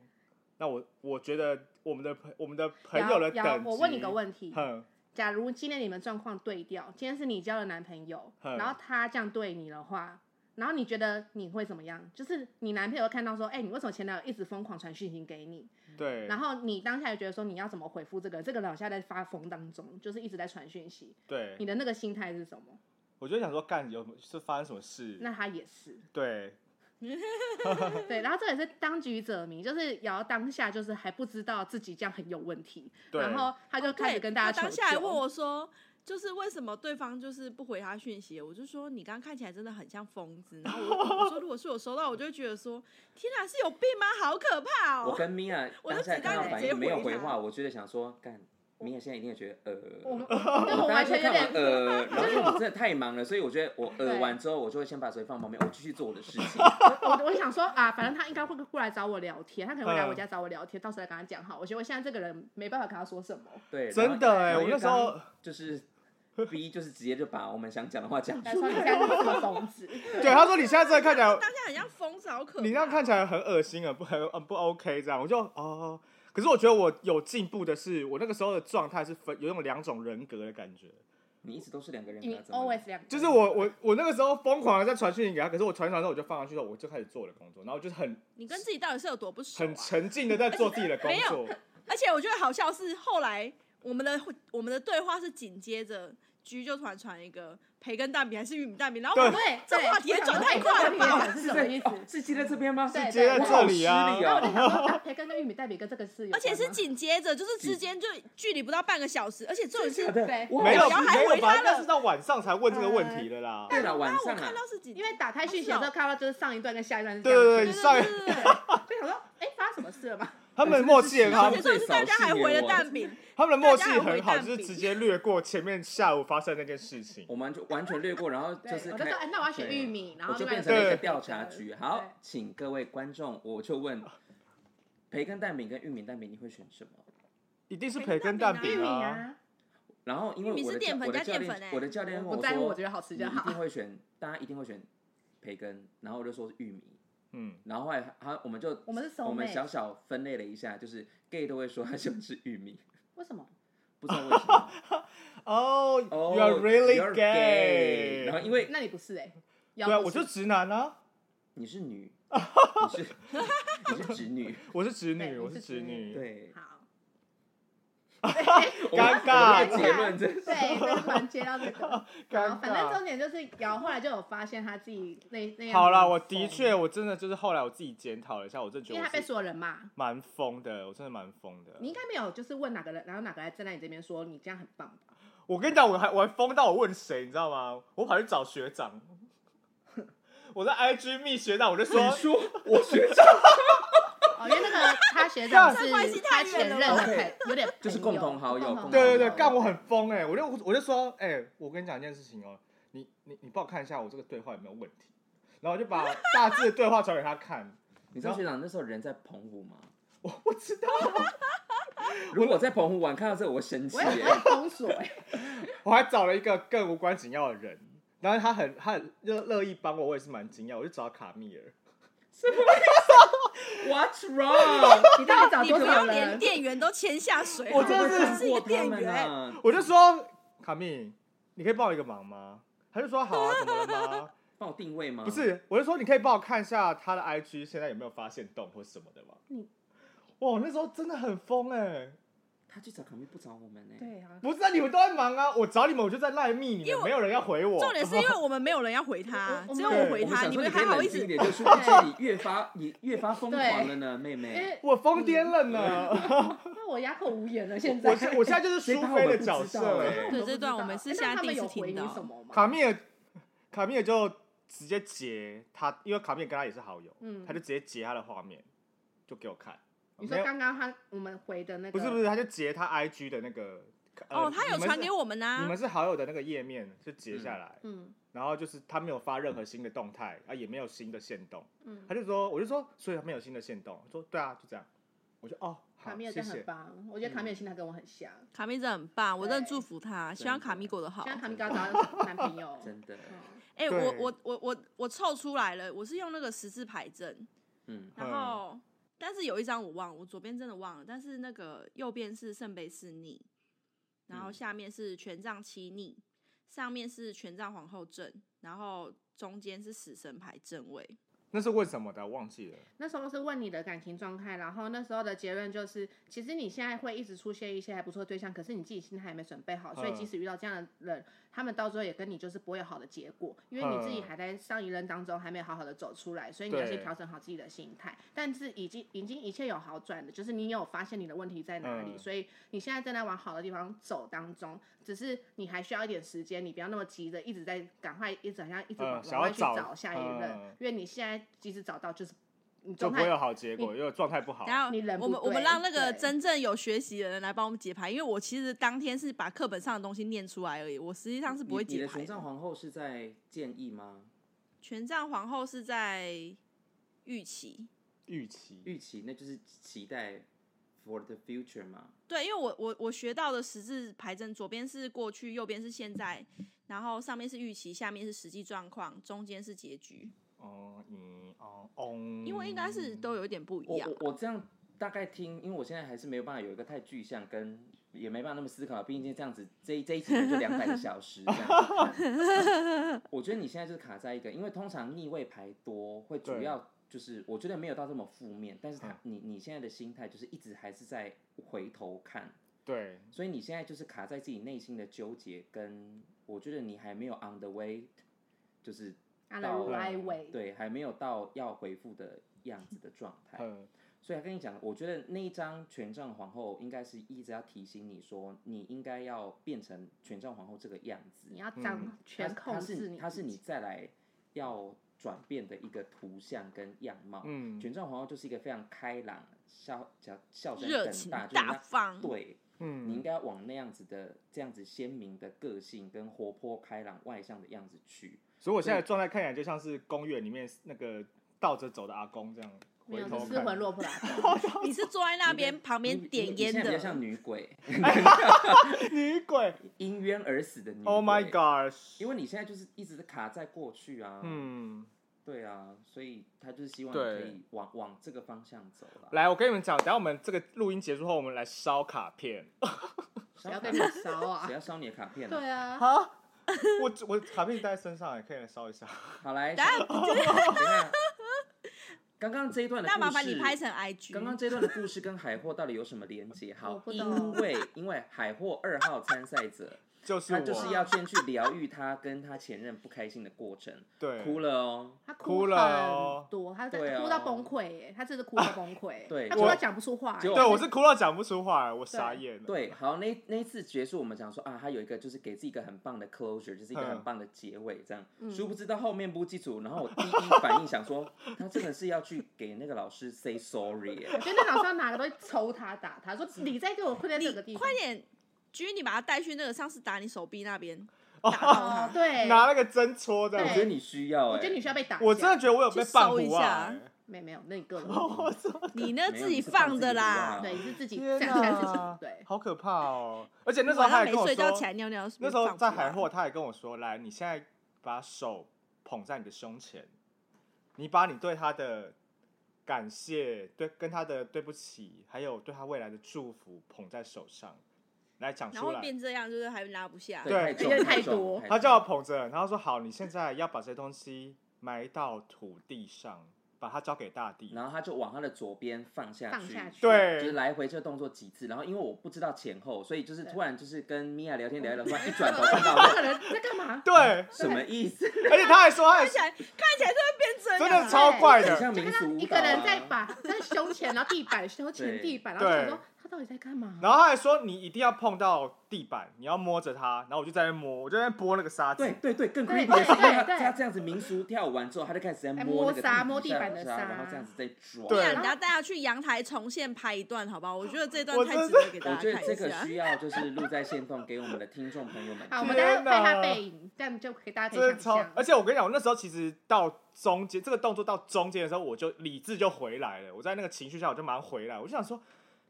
B: 那我我觉得我们的朋我们的朋友的
E: 瑶
B: 等
E: 瑶
B: 级，
E: 我问你个问题：
B: 哼，
E: 假如今天你们状况对调，今天是你交了男朋友，
B: 嗯
E: 然后他这样对你的话，然后你觉得你会怎么样？就是你男朋友看到说，哎、你为什么前男友一直疯狂传讯息给你？
B: 对
E: 然后你当下也觉得说，你要怎么回复这个人？这个人好像在发疯当中，就是一直在传讯息，
B: 对
E: 你，的那个心态是什么？
B: 我就想说干有是发生什么事？
E: 那他也是
B: 对，
E: 对，然后这也是当局者迷，就是瑶当下就是还不知道自己这样很有问题，
B: 对
E: 然后他就开始
D: 哦对
E: 跟大
D: 他
E: 家求
D: 当下还
E: 救。
D: 问我说，就是为什么对方就是不回他讯息？我就说你刚刚看起来真的很像疯子。然后我我说，如果是我收到，我就会觉得说，天哪，是有病吗？好可怕
C: 我
D: 哦！
C: 跟米娅
D: 我就
C: 当下
D: 直接
C: 看到
E: 直
C: 反
D: 接
C: 应没有
D: 回
C: 回
D: 她
C: 话，我觉得想说干。米娅现在一定会觉得呃，
E: 我们，对我
C: 刚
E: 完
C: 刚就
E: 全有
C: 看完
E: 点
C: 呃，然后因为我真的太忙了，所以我觉得我呃
E: 对
C: 完之后，我就会先把手机放旁边，我继续做我的事 情。
E: 我我想说啊，反正他应该会过来找我聊天，他可能会
B: 嗯
E: 来我家找我聊天，到时候再跟他讲好。我觉得我现在这个人没办法跟他说 什么，
C: 对，
B: 真的哎、
C: 哎，
B: 我那时候
C: 就是 B 就是直接就把我们想讲的话讲
E: 他
C: 出
E: 说你现
C: 来。
E: 在是什么疯子？
B: 对他说你现在真的看 起来
D: 当下很像疯子，好可怕。哦
B: 你那样看起来很恶心啊，很不很很不 OK 这样，我就哦。可是我觉得我有进步的是，我那个时候的状态是分有种两种人格的感觉，
C: 你一直都是两个人
E: 你
C: 啊，怎么了
E: always 两个
B: 就是我我我那个时候疯狂的在传讯息给他，可是我传一传之后我就放上去了，我就开始做我的工作，然后我就是很
D: 你跟自己到底是有多不熟、啊
B: 很？沉浸的在做自己的工作，
D: 而且我觉得好笑是后来我们的我们的对话是紧接着。 G 就突然传一个培根蛋饼还是玉米蛋饼，然后
B: 对
D: 我们
E: 对，
D: 这
E: 对
D: 话题也
E: 我想
D: 转
E: 说
D: 太
E: 哎
D: 快
E: 这
D: 了
E: 个
D: 吧
E: 变成是什么意思？
C: 是接在这边吗？
E: 对
B: 接在
C: 我
B: 这
C: 好
B: 里
C: 失
B: 啊
C: 礼
E: 然后我
C: 哦
E: 就想说，啊培根跟玉米蛋饼跟这个是有
D: 而
E: 关吗，
D: 且是紧接着，就是之间就距离不到半个小时，而且重点是
C: 假的
E: 啊对
C: 我
B: 没有
D: 然后还
B: 没有
D: 回他
B: 吧
D: 了？
B: 那是到晚上才问这个问题的啦。
C: 对了，晚
D: 啊，我
C: 上啊
D: 看，到是几，
E: 因为打开讯息
D: 哦是
E: 的时
D: 哦
E: 候看到就是上一段跟下一段是这
B: 对
E: 样子
B: 对对，
D: 对
B: 上
D: 对
B: 一
D: 对对对，
E: 就想说，哎，发生什么事了吗？
B: 他们默契很好
D: 而，且重点是大家还回了蛋饼，
B: 他们的默契很
D: 大家
B: 好，
D: 还回
B: 就是
D: 蛋
B: 直接略过前面下午发生的那件事情。
C: 我们就完全略过，然后
E: 对
C: 就是
E: 我就
C: 开
E: 说哎那我要选玉米
C: 对
E: 然后
C: 我就
E: 另外一
C: 变成了一
B: 个
C: 个
B: 对
C: 调查局。好
E: 对，
C: 请各位观众，我就问，培根蛋饼跟玉米蛋饼你会选什么？
B: 一定是培根蛋
E: 玉
B: 饼
E: 米
B: 啊！
E: 啊，
C: 然后因为
D: 玉米
C: 我
D: 是
C: 的
D: 淀
C: 教
D: 粉
C: 我的
D: 加
C: 教
D: 淀
C: 练
D: 粉欸
C: 我的教练问
E: 我
C: 我
E: 不在乎，我觉
C: 说，
E: 得好吃
C: 你
E: 就
C: 一
E: 好
C: 定。会选，大家一定会选培根，然后我就说是玉米，
B: 嗯，
C: 然后后来他我们就
E: 我们是
C: 我们
E: soulmate
C: 小小分类了一下，就是 gay 都会说他喜欢吃 玉米，
E: 为什么？
C: 不知道为 什么。
B: 哦
C: 哦
B: ，You are really
C: you're gay 然后
B: gay。
C: 因为
E: 那你不是哎？
B: 对啊，
E: 要不
B: 我
E: 是
B: 就直男啊，
C: 你 是女，你是你是 直女，
B: 我是直女，
E: 对
B: 我
E: 你
B: 是
E: 是
B: 直
E: 直女
B: 女。
C: 对，
E: 好，
C: 我们
B: 尴尬
C: 我们的结论真是
E: 对，这个突然接到这个。
B: 尴
E: 反正
B: 尬。
E: 重点就是瑶后来就有发现他自己那那样。
B: 好啦，我的确，，我真的就是后来我自己检讨了一下，我真的觉
E: 因
B: 得
E: 为
B: 我
E: 他被
B: 是
E: 所有人骂，
B: 蛮疯的，我真的蛮疯的。
E: 你应该没有就是问哪个人，然后哪个来站在你这边说你这样很棒吧？
B: 我跟你讲，我还我还疯到我问谁，你知道吗？我跑去找学 长，我在 IG 密学长，我就
C: 你
B: 说，
C: 说我学长
E: 哦，因为那个他学长
D: 这
E: 是
D: 关系太
E: 他前
D: 远了
E: 任
D: 吧
E: 的朋，有点
C: 就是
E: 朋
C: 共
E: 友哦
C: 同好友，
E: 共
C: 共
E: 同
C: 同
B: 对对对，
C: 好友
B: 干我很疯哎、我就我就说，哎、我跟你讲一件事情哦，你你你帮我看一下我这个对话有没有问题，然后我就把大致的对话传给他看，
C: 你知道学长那时候人在澎湖吗？
B: 我不知道，
C: 如果我在澎湖玩看到这个，我生气
E: 我也
C: 耶
E: 我！也封锁哎，
B: 我还找了一个更无关紧要的人，然后他很他很乐乐意帮我，我也是蛮惊讶，我就找卡米尔，
C: What's wrong？
E: 你到底找
D: 你不
E: 多少
D: 要连
E: 人？
D: 店员都牵下水，
B: 我真的是
D: 好吗是一个店
C: 哎我看
D: 员，
C: 过他们啊
B: 我就说卡米，你可以帮我一个忙吗？他就说好啊，怎么了吗？
C: 帮我定位吗？
B: 不，是，我是说你可以帮我看一下他的 IG 现在有没有发现洞或什么的吗？
E: 嗯
B: 哇，那时候真的很疯哎、
C: 他去找卡密不找我们呢。
E: 对啊，
B: 不是啊，你们都在忙啊，我找你们我就在赖密，你
D: 因为
B: 们
D: 我
B: 没有人要回我。
D: 重点是因为我们没有人要回他，
E: 我我
D: 只有
B: 对
D: 我回
C: 我们
D: 他，
C: 想
D: 你
C: 说
D: 们
C: 可以
D: 还好意
C: 冷静
D: 思
C: 一？点， 就是不是你越发你越发疯狂了呢，妹
E: 因
C: 妹。
E: 为
B: 我疯癫了
E: 嗯
B: 呢，
E: 那我哑口无言了，现在
B: 我现我现在就是苏菲的角
C: 这一趴
B: 色
C: 我们
B: 哎、
C: 不知
D: 对
C: 道
D: 这段我们是现在第一次听到
E: 到什么吗？
B: 卡米尔，卡米尔就直接截他，因为卡米尔跟他也是好友，
E: 嗯
B: 他就直接截他的画面，就给我看。哦
E: 你
B: 没
E: 说
B: 有
E: 刚刚他我们回的那个
B: 不是不是，他就截他 IG 的那个。呃
D: 哦，他有传给、我们
B: 你们是你
D: 呐
B: 们，是好友的那个页面就截下来，
E: 嗯
B: 然后就是他没有发任何新的动态啊，也没有新的线动，
E: 嗯
B: 他，就说，我就说，所以他没有新的线动，我说对啊，就这样，我就哦，好
E: 卡，米尔
B: 谢
E: 真的很
B: 谢。
E: 棒，我觉得卡米尔心态跟我很像，
D: 卡米真的很棒，我真的
E: 对
D: 祝福他，希望卡米过得好
E: 现。在卡米刚找到男朋友，
C: 真的，
E: 嗯
D: 哎，
B: 对
D: 我我我我我凑出来了，我是用那个十字牌阵，
C: 嗯，
D: 然后但是有一张我忘了，我左边真的忘了，但是那个右边是圣杯四逆，然后
C: 嗯
D: 下面是权杖七逆，上面是权杖皇后阵，然后中间是死神牌正位。
B: 那是问什么的？忘记了。
E: 那时候是问你的感情状态，然后那时候的结论就是，其实你现在会一直出现一些还不错的对象，可是你自己心态还没准备好，所以
B: 嗯
E: 即使遇到这样的人，他们到最后也跟你就是不会有好的结果，因为你自己还在上一任当中还没有好好的走出来，所以你要去
B: 嗯对
E: 调整好自己的心态。但是已经已经一切有好转的，就是你有发现你的问题在哪里，
B: 嗯
E: 所以你现在正在往好的地方走当中，只是你还需要一点时间，你不要那么急着一直在赶快一直好像一直
B: 嗯
E: 往
B: 想
E: 往
B: 要
E: 外去
B: 找
E: 找下一任，
B: 嗯
E: 因为你现在即使找到就是。你
B: 就
E: 状
B: 不
E: 态
B: 会有好结果，因为状态不好。
D: 然后
E: 你人
D: 我
E: 不
D: 们我们
E: 对
D: 让那个
E: 对
D: 真正有学习的人来帮我们解牌，因为我其实当天是把课本上的东西念出来而已，我实际上是不会
C: 你你
D: 解
C: 的
D: 牌
C: 权杖皇后是在建议吗？
D: 权杖皇后是在预期，
B: 预期，
C: 预期那就是期待 for the future 嘛。
D: 对，因为我我我学到的十字牌阵，左边是过去，右边是现在，然后上面是预期，下面是实际状况，中间是结局，
B: 哦，嗯，哦，嗯，
D: 因为应该是都有一点不一
C: 我
D: 样。
C: 我我这样大概听，因为我现在还是没有办法有一个太具象跟。也没办法那么思考，毕竟这样子，这一这一集可能就两百个小时这样。 我觉得你现在就是卡在一个，因为通常逆位牌多，会主
B: 对
C: 要就是我觉得没有到这么负面，但是他
B: 嗯
C: 你你现在的心态就是一直还是在回头看，
B: 对，
C: 所以你现在就是卡在自己内心的纠结，跟我觉得你还没有 on the way，就是
E: ，on
C: 到
E: the right way，
C: 对，还没有到要回复的样子的状态。
B: 嗯，
C: 所以，跟你讲，我觉得那一张权杖皇后应该是一直要提醒你说，你应该要变成权杖皇后这个样子。
E: 你要掌
C: 它
E: 权控制你，
C: 嗯它是它是你，再来要转变的一个图像跟样貌。
B: 嗯
C: 权杖皇后就是一个非常开朗、笑笑笑声
D: 热
C: 更
D: 情
C: 大，就是
D: 大
C: 她
D: 方，
C: 对，你应
B: 嗯，
C: 该要往那样子的这样子鲜明的个性跟活泼开朗外向的样子去。
B: 所以我现在的状态看起来就像是公园里面那个倒着走的阿公这样，
E: 没
B: 回
E: 有，
B: 头
E: 你
B: 看
E: 失魂落魄 啦。
D: 你是坐在那边旁
C: 你
D: 边
C: 你
D: 点
C: 你
D: 烟
C: 现在比
D: 的
C: 较，像女鬼，
B: 女鬼
C: 因冤而死的女鬼。
B: ，Oh my gosh，
C: 因为你现在就是一直卡在过去啊，，
B: 嗯。
C: 对啊，所以他就是希望你
B: 对
C: 可以往往这个方向走啦。
B: 来，我跟你们讲，等一下我们这个录音结束后，我们来烧卡片。
E: 谁
C: 谁
E: 要
C: 要
E: 跟
C: 跟
E: 你
C: 你
E: 烧啊
C: 谁？要烧你的卡片呢、
E: 对啊，
B: 好，我我卡片带在身上，也可以来烧一下。
C: 好来，
D: 等下
C: 等一下刚刚这一段的
D: 那
C: 故事，
D: 麻烦你拍成 IG。
C: 刚刚这段的故事跟海货到底有什么连接？
E: 我
C: 好，
E: 不
C: 因
E: 懂
C: 为因为海货二号参赛者，
B: 就是
C: 他
B: 我，
C: 啊就是要先去疗愈他跟他前任不开心的过程，
B: 对
C: 哭了哦。
E: 他
B: 哭了哦
E: 很多，他
C: 对
E: 在
C: 啊
E: 哭到崩溃耶，他真的哭到崩 溃，
C: 对
E: 他哭到
B: 我
E: 讲不出话耶。
C: 结果
B: 对，我是哭到讲不出话，我傻眼了。，
C: 对，好，那那一次结束，我们讲说啊，他有一个就是给自己一个很棒的 closure，就是一个很
B: 嗯
C: 棒的结尾，这样。
E: 嗯
C: 殊不知到后面不记住，然后我第一反应想说，他真的是要去给那个老师 say sorry 耶
E: 我觉得那老师要拿个东西抽他打他，说你再给我困在这个地
D: 你
E: 方，
D: 快点，居你把他带去那个上次打你手臂那 边，
E: 哦， 对，
B: 拿那个针戳这
C: 我
B: 样
C: 觉
E: 对
C: 得你需要哎，
E: 我觉得你需要被打一下。
B: 我真的觉得我有被棒
D: 去搜一
B: 胡啊
D: 下！
E: 没没有，那你个人问题
D: 你那
C: 没有
D: 自己
C: 你是放
D: 放
C: 自己
D: 的
C: 的啊
D: 啦
C: 啦。
E: 对，你是自己
B: 天
E: 这样干自己
B: 哪，，
E: 对，
B: 欸好可怕哦！而且那时候
D: 晚
B: 他
D: 上
B: 还
D: 没
B: 跟我
D: 睡觉起来
B: 说，
D: 尿尿，
B: 那时候在海
D: 海
B: 货，他还跟我说，来，你现在把手捧在你的胸前，你把你对他的感谢、对跟他的对不起，还有对他未来的祝福捧在手上，来讲
D: 然
B: 出
D: 后
B: 来。
D: 变这样，就是还拿不下。
B: 对
C: 太重
E: 因为太
C: 太重
E: 多
C: 太
B: 他
C: 重
B: 叫我捧着，然后说好，你现在要把这些东西埋到土地上，把它交给大地。
C: 然后他就往他的左边放下
E: 放下去，
C: 就
B: 对
C: 是，来回这个动作几次，然后因为我不知道前后，所以就是
E: 对
C: 突然就是跟米娅聊 天聊一聊，突然一
E: 我
C: 转头看到
E: 这个人在干 嘛？
B: 对，而
C: 什么意思？
B: 且他还说，他还
D: 看起来看起来就会变这样
B: 真
D: 啊，
B: 的超怪
C: 很
B: 的。
C: 像民俗舞
E: 一
C: 蹈
E: 个人在
C: 啊。
E: 把在胸前，然后地板胸前
C: 对
E: 地板，然后想说
B: 对
E: 他到底在干嘛？
B: 然后他还说，你一定要碰到地板，你要摸着它。然后我就在那边摸，我就在那边拨那个沙
C: 对
B: 子。
C: 对对，更
E: 对
C: creepy 的是，
E: 对
C: 因为他
E: 对
C: 他这样子民俗跳舞完之后，他就开始在
E: 哎
C: 摸那
E: 摸
C: 个
E: 沙
C: 上
E: 摸地板的沙
C: 然后这样子在抓。
B: 对
D: 对啊，你要带他去阳台重现拍一段，好不好？我觉得这段
B: 我
D: 太
B: 真
D: 值得给大
C: 我
D: 家
C: 觉得
D: 看
C: 这
D: 一
C: 个
D: 下。
C: 需要就是录在线动给我们的听众朋友们。
E: 好，我们
B: 天
E: 待会拍他
B: 哪
E: 背影，这样就可以大家
B: 真
E: 可以
B: 的
E: 想
B: 超哎
E: 象，。
B: 而且我跟你讲，我那时候其实到中间这个动作到中间的时候，我就理智就回来了。我在那个情绪下，我就马上回来，我就想说，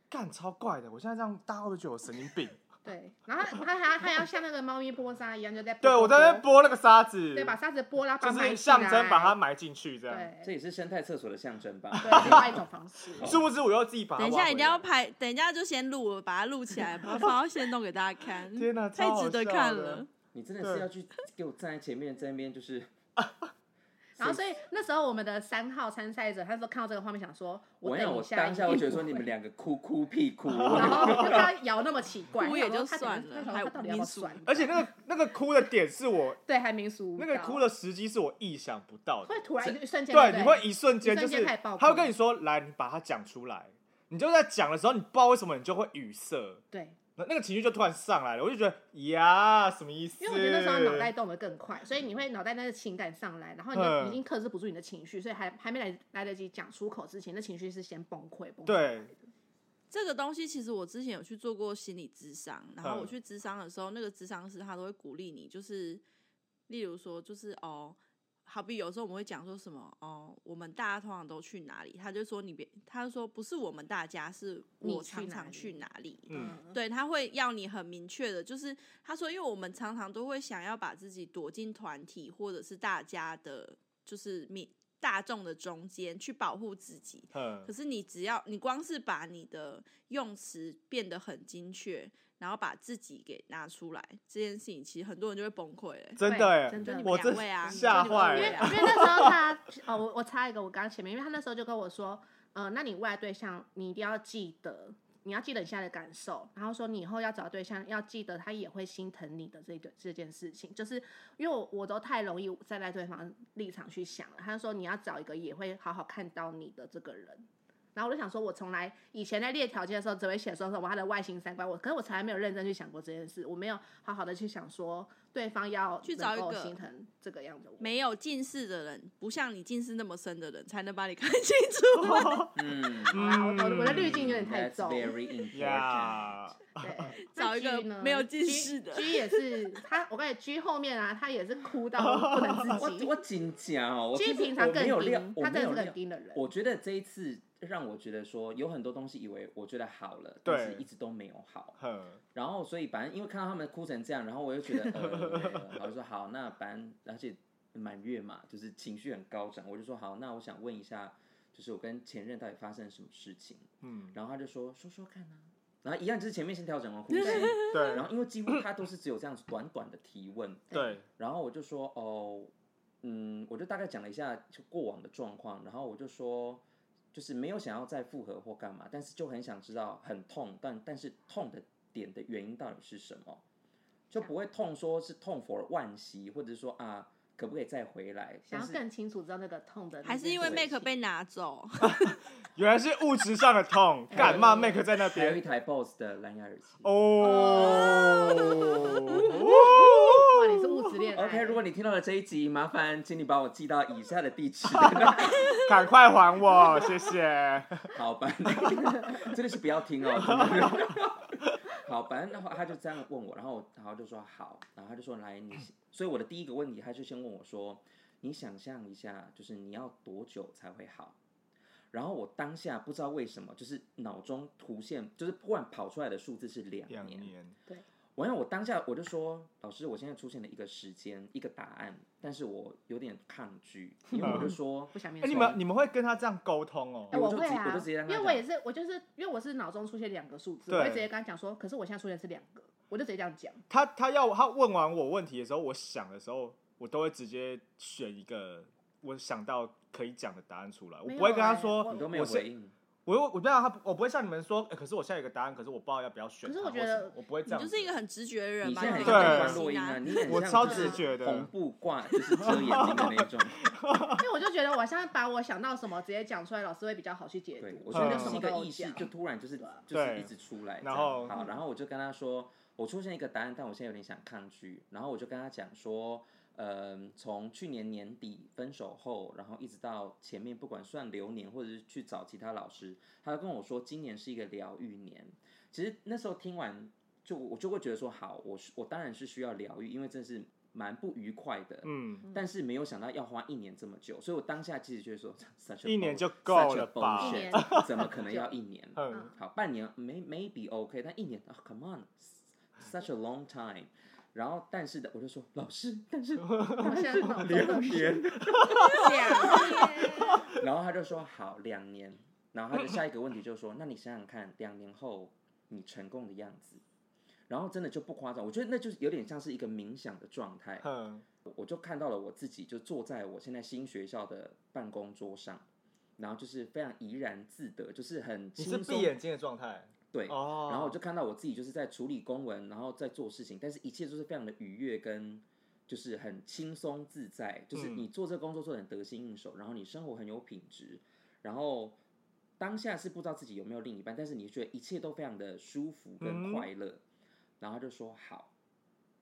B: 干超怪的，我现在这样，大家会不会觉得我神经 病？
E: 对，然后他他他要像那个猫咪波沙一样，就在
B: 对我在那边拨那个沙子，
E: 对把沙子拨拉，把
B: 就
E: 它埋
B: 是
E: 起来
B: 象征把它埋进去这样。
C: 这
E: 对
C: 也是生态厕所的象征吧？
E: 对，另外一种 方式。
B: 殊不知我又自己把它
D: 等一
B: 挖
D: 下
B: 回
D: 一定要
B: 来
D: 拍，等一下就先录，我把它录起来，把 它放到线动给大家看。
B: 天哪
D: 太
B: 超好
D: 值得
B: 笑
D: 看
B: 的
D: 了。
C: 你真的是
B: 对
C: 要去给我站在前面，在那边就是。
E: 然后所以那时候我们的三号参赛者，他说看到这个画面，想说
C: 我跟你讲
E: 等
C: 我
E: 一
C: 当下
E: 一
C: 我
E: 定
C: 觉得说
E: 会
C: 你们，两个哭哭屁 哭，
E: 然后就他摇那么奇怪，
D: 哭也就
E: 他想
D: 算
E: 说
D: 了
E: 他
D: 还
E: 想说他到底要不要
D: 民俗
E: 算？
B: 而且那个那个哭的点是我
E: 对，还民俗舞
B: 那个
E: 蹈
B: 哭的时机是我意想不到的
E: 会，突然一瞬间，
B: 对，
E: 不
B: 你会一瞬间
E: 一
B: 就
E: 瞬间
B: 是
E: 开始爆哭
B: 他会跟你说来，你把它讲出来，你就在讲的时候，你不知道为什么你就会语塞，
E: 对，
B: 那那个情绪就突然上来了，我就觉得呀什么意思？
E: 因为我觉得那时候脑袋动得更快，所以你会脑袋那个情感上来，然后你就
B: 嗯
E: 已经克制不住你的情绪，所以还还没来来得及讲出口之前，那情绪是先崩溃崩溃。
B: 对，
D: 这个东西其实我之前有去做过心理咨商，然后我
B: 嗯
D: 去咨商的时候，那个咨商师他都会鼓励你，就是例如说，就是哦，好比有时候我们会讲说什么哦，我们大家通常都去哪里？他就说你别，他就说不是我们大家，是
E: 你
D: 我
E: 去
D: 常
E: 哪
D: 常去
E: 里
D: 哪里。
E: Mm.
B: 嗯，
D: 对，他会要你很明确的，就是他说，因为我们常常都会想要把自己躲进团体或者是大家的，就是民大众的中间去保护自己，
B: 嗯
D: 可，是你只要你光是把你的用词变得很精确，然后把自己给拿出来，这件事情其实很多人就会崩溃、欸。
B: 真的哎
E: 真，的
D: 就你
B: 我
D: 们
B: 真
D: 两位啊，
B: 吓坏
E: 因
B: 了
E: 为
D: 对
E: 因
D: 啊，
E: 为那时候 他哦，我我插一个，我刚刚前面，因为他那时候就跟我说，呃，那你未来对象你一定要记得，你要记得你现在的感受，然后说你以后要找对象，要记得他也会心疼你的这个这件事情，就是因为我我都太容易站在对方立场去想了。他就说你要找一个也会好好看到你的这个人，然后我就想说，我从来以前在列条件的时候，只会写说什么他的外形、三观，我可是我从来没有认真去想过这件事，我没有好好的去想说对方要
D: 去找一
E: 能够
D: 个
E: 心疼这个样子的我。
D: 没有近视的人，不像你近视那么深的人，才能把你看清楚啊。
C: 嗯，
E: 啊，我我我的滤镜有点太
C: That's
E: 重。
C: very important。
B: 呀，
E: 对，
D: 找一个
E: 那 G 呢
D: 没有近视的
E: G, G 也是他，我感觉 G 后面啊，他也是哭到
D: 哦
E: 不能自己
C: 我我。紧讲哦，我
E: G
C: 其实
E: 平常
C: 我
E: 更
C: 没有料
E: 盯，，
C: 我
E: 他
C: 没
E: 真
C: 有
E: 的是
C: 料
E: 很。盯的人。
C: 我觉得这一次让我觉得说有很多东西以为我觉得好了，
B: 对
C: 但是一直都没有好。
B: 哼，
C: 然后所以反正因为看到他们哭成这样，然后我又觉得，呃，我就说好，那反正而且满月嘛，就是情绪很高涨，我就说好，那我想问一下，就是我跟前任到底发生了什么事情？
B: 嗯，
C: 然后他就说说说看啊，然后一样就是前面先调整完呼吸，
B: 对，
C: 然后因为几乎他都是只有这样子短短的提问，
B: 对，
C: 然后我就说哦，嗯，我就大概讲了一下就过往的状况，然后我就说，就是没有想要再复合或干嘛，但是就很想知道很痛，但但是痛的点的原因到底是什么，就不会痛说是痛 for 惋惜，或者是说啊可不可以再回来，
E: 想
C: 但
E: 要
C: 是
E: 更清楚知道那个痛的那件事
D: 还是
E: 情，
D: 因为 Make 被拿走，
B: 原来是物质上的痛， 干嘛 make 在那
C: 还有一
B: 边？
C: 台 BOSS 的蓝牙耳机。
B: 哦。
E: 哇，你是物质恋爱。
C: OK，如果你听到了这一集，麻烦请你把我寄到以下的地 址。那
B: 赶快还我，谢谢。
C: 好吧，真的是不要听哦。真的 好，反正然后他就这样问我，然后我然后就说好，然后他就说来
B: 嗯
C: 你，所以我的第一个问题，他就先问我说，你想象一下，就是你要多久才会好？然后我当下不知道为什么，就是脑中突现，就是突然跑出来的数字是两
B: 两
C: 年。
B: 年，
C: 我让我当下我就说，老师，我现在出现了一个时间，一个答案，但是我有点抗拒，因为我 就说
E: 不想面
B: 哎，
E: 对
B: 你们你们会跟他这样沟通
E: 哎
B: 哦？
C: 我
E: 我
C: 就
E: 会
C: 直
E: 啊，
C: 我就直接跟
E: 因
C: 他
E: 为我
C: 讲
E: 也是，我就是因为我是脑中出现两个数字，
B: 对
E: 我会直接跟他讲说，可是我现在出现是两个，我就直接这样讲。
B: 他他要他问完我问题的时候，我想的时候，我都会直接选一个我想到可以讲的答案出来，我
E: 没有
B: 不会跟他
E: 哎
B: 说，
C: 你都没有
B: 我是
C: 回应，
B: 我我我不要他，我不会像你们说，哎可是我现在有个答案，可是我不知道要不要选
E: 可是
B: 它
E: 我
B: 或
E: 觉
B: 什
E: 得
B: 么。我不会这
D: 你
B: 样，
D: 就是一个。很直觉的人
C: 你
D: 嘛。
C: 现在很
D: 你
B: 对
C: 像
D: 很
C: 关
D: 心
C: 洛 音啊，
D: 啊
C: 你很像
B: 我超
C: 就是
B: 直觉的
C: 红布挂就是遮眼 睛的那种。
E: 因为我就觉得我现在把我想到什么直接讲出来，老师会比较好去解
C: 对
E: 读，。
C: 我
E: 所
C: 觉
E: 以我
C: 得那
E: 就是什
C: 一
E: 么
C: 个
E: 都
C: 意识，
E: 讲。
C: 就突然就是就是
B: 嗯对
C: 一直出来这样。
B: 然后
C: 好，然后我就跟他说，我出现一个答案，但我现在有点想抗拒。然后我就跟他讲说，嗯，从去年年底分手后，然后一直到前面，不管算流年或者是去找其他老师，他就跟我说，今年是一个疗愈年。其实那时候听完，就我就会觉得说，好，我是我当然是需要疗愈，因为这是蛮不愉快的。
B: 嗯，
C: 但是没有想到要花一年这么久，所以我当下其实觉得说，such a
B: 一年
C: bull-
B: 就
C: such a
B: 够了吧
C: bullshit，
E: 一年
C: 怎么可能要一年？
B: 嗯，
C: 好，半年没 maybe OK，但一年啊、c o m e on，such a long time。然后，但是的，我就说老师，但是
E: 我现在脑中
C: 两
E: 都是
C: 年，
E: 两年。
C: 然后他就说好两年，然后他就下一个问题就说，那你想想看，两年后你成功的样子，然后真的就不夸张，我觉得那就是有点像是一个冥想的状态，
B: 哼，
C: 我就看到了我自己，就坐在我现在新学校的办公桌上，然后就是非常怡然自得，就是很
B: 你是
C: 轻松
B: 闭。眼睛的状态
C: 对，
B: 哦。
C: 然后我就看到我自己就是在处理公文，然后在做事情，但是一切都是非常的愉悦跟就是很轻松自在，就是
B: 嗯
C: 你做这个工作做的很得心应手，然后你生活很有品质，然后当下是不知道自己有没有另一半，但是你觉得一切都非常的舒服跟
B: 嗯
C: 快乐，然后他就说好。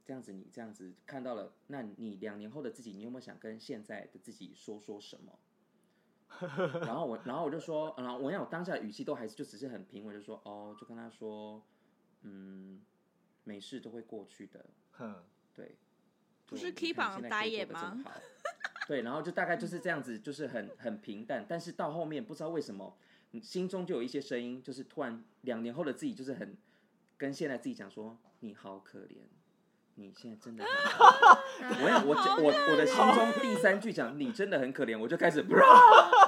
C: 这样子，你这样子看到了，那你两年后的自己，你有没有想跟现在的自己说说什么？ 然后我，然后我就说，然后我想我当下的语气都还是就只是很平稳，就说哦，就跟他说，嗯，没事都会过去的，
B: 哼，
C: 对。
D: 不
C: 就是你看
D: keep
C: 你
D: on
C: 现在可以
D: diet
C: 过得真
D: 吗
C: 好？对，然后就大概就是这样子，就是很很平淡，但是到后面不知道为什么，嗯心中就有一些声音，就是突然两年后的自己，就是很跟现在自己讲说，你好可怜。你现在真的很可怜， 我想我这我我的心
E: 哦
C: 中第三句讲你真的很可怜，我就 开始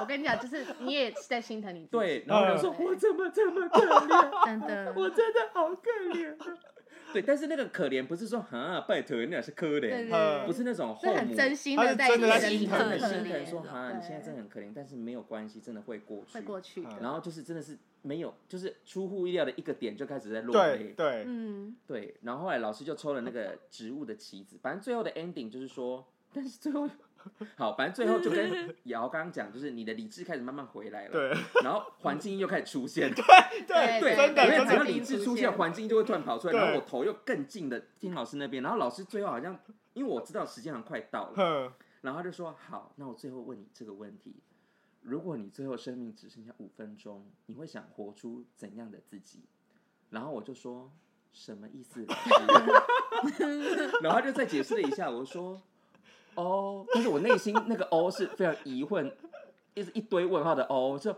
E: 我跟你讲，就是你也在心疼你自己。
C: 对，然后我就说
E: 嗯
C: 我怎么这么可怜，
E: 真的，
C: 我真的好可怜。啊 对，但是那个可怜不是说哈拜托，那是可
E: 对
C: 怜，
E: 对
C: 不是那种后
E: 是
C: 母
E: 很真心
B: 他
E: 的
B: 是
E: 在
B: 真的在
E: 心
B: 心
E: 疼
B: 疼
E: 可
C: 很心疼
E: 怜
C: 说
E: 的
C: 哈，你现在
E: 对
C: 真的很可怜，但是没有关系，真的会过去。
E: 会过去的，
C: 然后就是真的是没有，就是出乎意料的一个点就开始在落
B: 对
C: 泪。
B: 对，
E: 嗯，
C: 对，然后后来老师就抽了那个植物的棋子，反正最后的 ending 就是说，但是最后好，反正最后 就跟瑶刚刚讲，就是你的理智开始慢慢回来了，
B: 对，
C: 然后环境音又开始出 现，
E: 对
C: 对，
B: 真的
C: 因为
B: 真
C: 只
E: 环
C: 要
B: 的，
E: 境
C: 理智出
E: 出
C: 现，
E: 现
C: 环境就会突然跑出来，
B: 对
C: 然后我头又更近的听老师那边，然后老师最后好像因为我知道时间好像快到了，
B: 哼，
C: 然后他就说好，那我最后问你这个问题。如果你最后生命只剩下五分钟，你会想活出怎样的自己？然后我就说什么意思？老 师然后他就再解释了一下，我说哦，但是我内心那个哦是非常疑惑，一直一堆问号的哦，就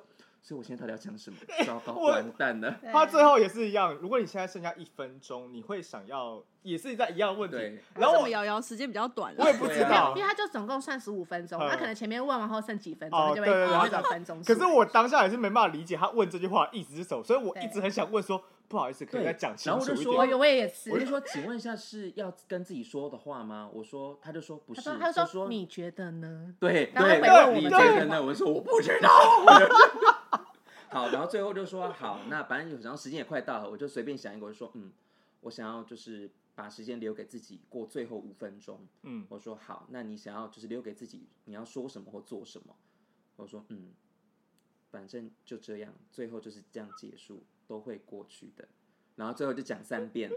C: 所以我现在到底要讲什么？糟糕，
B: 我
C: 完蛋了。
E: 对
B: 他最后也是一样。如果你现在剩下一分钟，你会想要也是在一样的问题
C: 对，
B: 然
D: 为
B: 后
D: 什
B: 我
D: 么瑶瑶时间比较短啊？
B: 我也不知
C: 对啊
B: 道
E: 因为，他就总共算十五分钟，
B: 嗯
E: 他可能前面问完后剩几分
B: 哦
E: 钟，他就会
B: 对对对
E: 那
B: 他
E: 种分钟数。
B: 可是我当下也是没办法理解他问这句话的意思是什么，所以我一直很想问说，不好意思，可以
C: 对
B: 再讲清
C: 然后
B: 楚
C: 我就
B: 一
C: 说
E: 我
B: 点。
E: 有我也是
C: 我，就说，请问一下是要跟自己说的话吗？我说，他就说不
E: 他
C: 是，
E: 说他
C: 就
E: 就
C: 说
E: 说你觉得呢？
C: 对
E: 然后
C: 对
E: 他回
B: 问我
C: 你
B: 们
C: 觉
B: 这
C: 得
B: 个
C: 呢？我说我不知道。 好，然后最后就说好，那反正然后时间也快到了，我就随便想一个，我就说嗯，我想要就是把时间留给自己过最后五分钟。
B: 嗯，
C: 我说好，那你想要就是留给自己，你要说什么或做什么？我说嗯，反正就这样，最后就是这样结束，都会过去的。然后最后就讲三遍。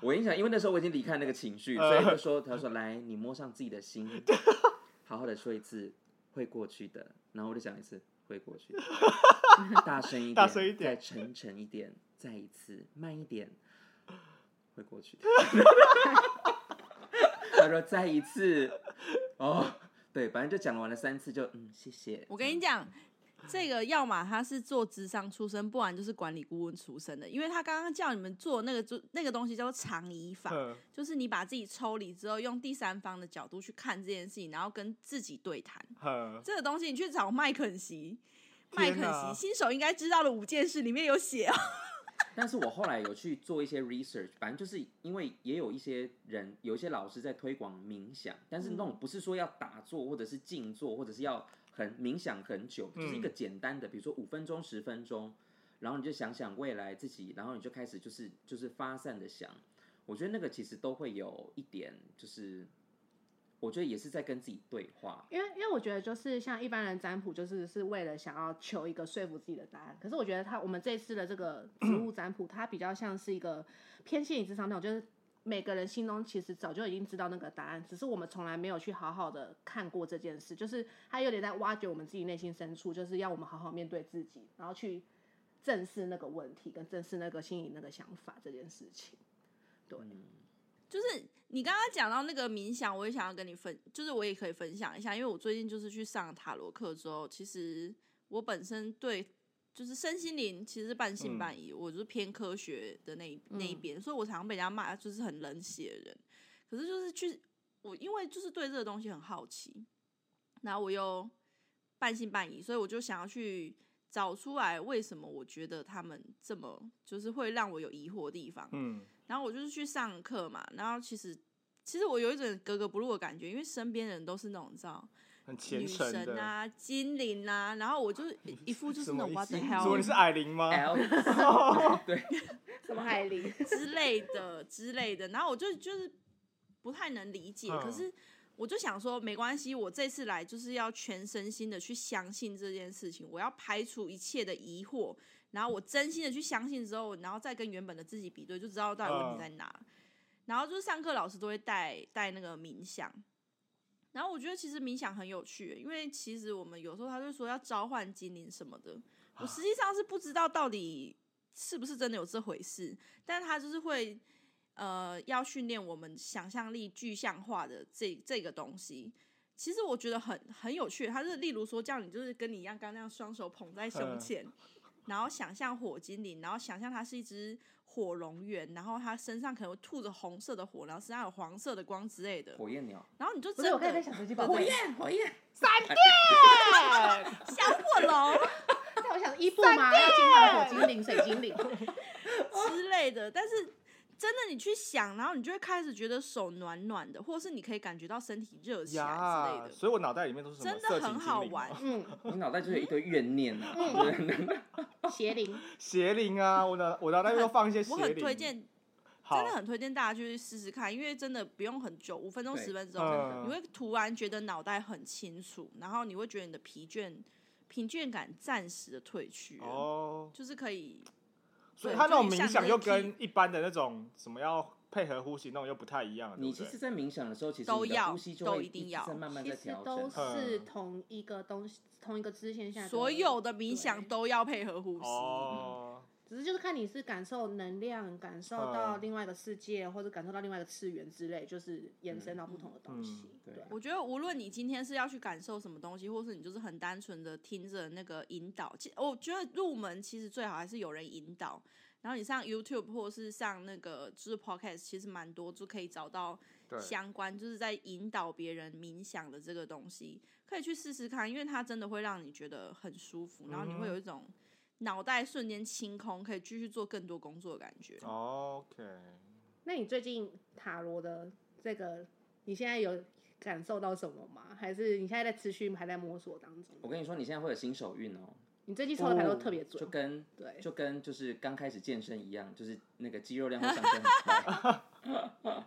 C: 我印象，因为那时候我已经离开那个情绪，所以就说他
B: 嗯
C: 说来，你摸上自己的心， 好好的说一次，会过去的。然后我就讲一次，会过 去的，大声一点，
B: 大声一点
C: 再沉沉一点，再一次，慢一点，会过去的。他说再一次，哦，对，反正就讲完了三次就，嗯，谢谢。
D: 我跟你
C: 这样，
D: 讲，这个要么他是做智商出身，不然就是管理顾问出身的，因为他刚刚叫你们做那个就那个东西叫做长疑法，
B: 哼
D: 就是你把自己抽离之后，用第三方的角度去看这件事情，然后跟自己对谈。
B: 嗯哼，
D: 这个东西你去找麦肯锡，麦
B: 天
D: 肯
B: 哪
D: 锡新手应该知道的五件事里面有写哦。
C: 但是我后来有去做一些 research，反正就是因为也有一些人，有一些老师在推广冥想，但是那种不是说要打坐或者是静坐，或者是要很冥想很久，就是一个简单的，比如说五分钟、十分钟，然后你就想想未来自己，然后你就开始就是就是发散的想，我觉得那个其实都会有一点就是。我觉得也是在跟自己对话，
E: 因为因为我觉得就是像一般人占卜，就是是为了想要求一个说服自己的答案。可是我觉得他我们这次的这个植物占卜，它比较像是一个偏心理智商那种，就是每个人心中其实早就已经知道那个答案，只是我们从来没有去好好的看过这件事。就是他有点在挖掘我们自己内心深处，就是要我们好好面对自己，然后去正视那个问题，跟正视那个心里那个想法这件事情。对，
D: 就是你刚刚讲到那个冥想，我也想要跟你分，就是我也可以分享一下，因为我最近就是去上塔罗课之后，其实我本身对就是身心灵其实半信半疑，我就是偏科学的那一那一边，所以我常常被人家骂就是很冷血的人。可是就是去我因为就是对这个东西很好奇，然后我又半信半疑，所以我就想要去找出来为什么我觉得他们这么就是会让我有疑惑的地方。
B: 嗯，
D: 然后我就是去上课嘛，然后其实其实我有一种格格不入的感觉，因为身边人都是那种你知道
B: 很虔
D: 女
B: 诚
D: 神
B: 的。
D: 啊、精灵啊，然后我就是一一副就是
B: 什
D: 那
B: 么
D: 种
B: 意
D: what
B: 思
D: the？
B: 说你
D: hell
B: 是矮玲吗？
C: L 对，
E: 什么海林？
D: 之类的之类的，然后我就就是不太能理解，
B: 嗯
D: 可是。我就想说，没关系，我这次来就是要全身心的去相信这件事情，我要排除一切的疑惑，然后我真心的去相信之后，然后再跟原本的自己比对，就知道到底问题在哪。然后就是上课老师都会带带那个冥想，然后我觉得其实冥想很有趣，因为其实我们有时候他就说要召唤精灵什么的，我实际上是不知道到底是不是真的有这回事，但他就是会呃要训练我们想象力具象化的这这个东西。其实我觉得很很有趣，他是例如说叫你就是跟你一样，刚刚那样双手捧在胸
B: 嗯
D: 前，然后想象火精灵，然后想象它是一只火蝾螈，然后它身上可能会吐着红色的火，然后身上有黄色的光之类的，
C: 火焰鸟，
D: 然后你就
E: 不
D: 真
E: 是，
D: 的
E: 我刚才在想神奇宝
C: 火
E: 贝，
C: 焰， 火焰，
D: 哎小火龙
E: 但我想伊布嘛，要进化火精灵、水精灵，
D: 之类的，但是真的你去想，然后你就会开始觉得手暖暖的，或者是你可以感觉到身体热起来之类
B: 呀，
D: 的。
B: 所以我脑袋里面都是什么
D: 真的
B: 色情
D: 很
B: 精
D: 好
B: 灵
D: 玩
B: 啊，
E: 嗯，
C: 你脑袋就有一堆怨念啊，对
E: 邪灵，
B: 邪灵啊，我脑我脑袋里面都放一些邪
D: 我
B: 灵，
D: 很推荐，
B: 好，
D: 真的很推荐大家去试试看，因为真的不用很久，五分钟、
C: 对
D: 十分钟，
B: 嗯
D: 你会突然觉得脑袋很清楚，然后你会觉得你的疲倦疲倦感暂时的退去了
B: 哦，
D: 就是可以。
B: 所以
D: 对
B: 他
D: 就
B: 那种
D: 一
B: 冥
D: 项
B: 想
D: 就
B: 又
D: 是
B: 跟一般的那种什么要配合呼吸那种又不太一 样，对
C: 你
B: 不
C: 其
B: 对
C: 实，在冥想的时候，其实
D: 都
C: 你的
D: 要
C: 呼吸就
D: 都
C: 会
D: 一定
C: 直
D: 要
C: 在慢慢
E: 其
C: 在
E: 实
C: 调
E: 都
C: 整。
E: 是
B: 嗯
E: 同一个东西，同一个支线下的
D: 所有的冥想
E: 啊对
D: 都要配合呼吸，
B: 哦，
E: 只是就是看你是感受能量，感受到
D: 嗯
E: 另外一个世界，或者感受到另外一个次元之类，就是延伸到不同的东西。
C: 嗯
E: 对啊，
D: 我觉得无论你今天是要去感受什么东西，或是你就是很单纯的听着那个引导，其我觉得入门其实最好还是有人引导。然后你上 YouTube 或是上那个就是 Podcast，其实蛮多就可以找到
B: 对，
D: 相关，就是在引导别人冥想的这个东西，可以去试试看，因为它真的会让你觉得很舒服，然后你
B: 嗯哼
D: 会有一种脑袋瞬间清空，可以继续做更多工作的感觉。
C: 嗯
B: 哦 OK，
E: 那你最近塔罗的这个，你现在有感受到什么吗？还是你现在在持续还在摸索当中？
C: 我跟你说，你现在会有新手运哦，
E: 你最近抽的牌都特别
C: 就
E: 准，
C: 跟
E: 对，
C: 就跟就是刚开始健身一样，就是那个肌肉量会上升很快。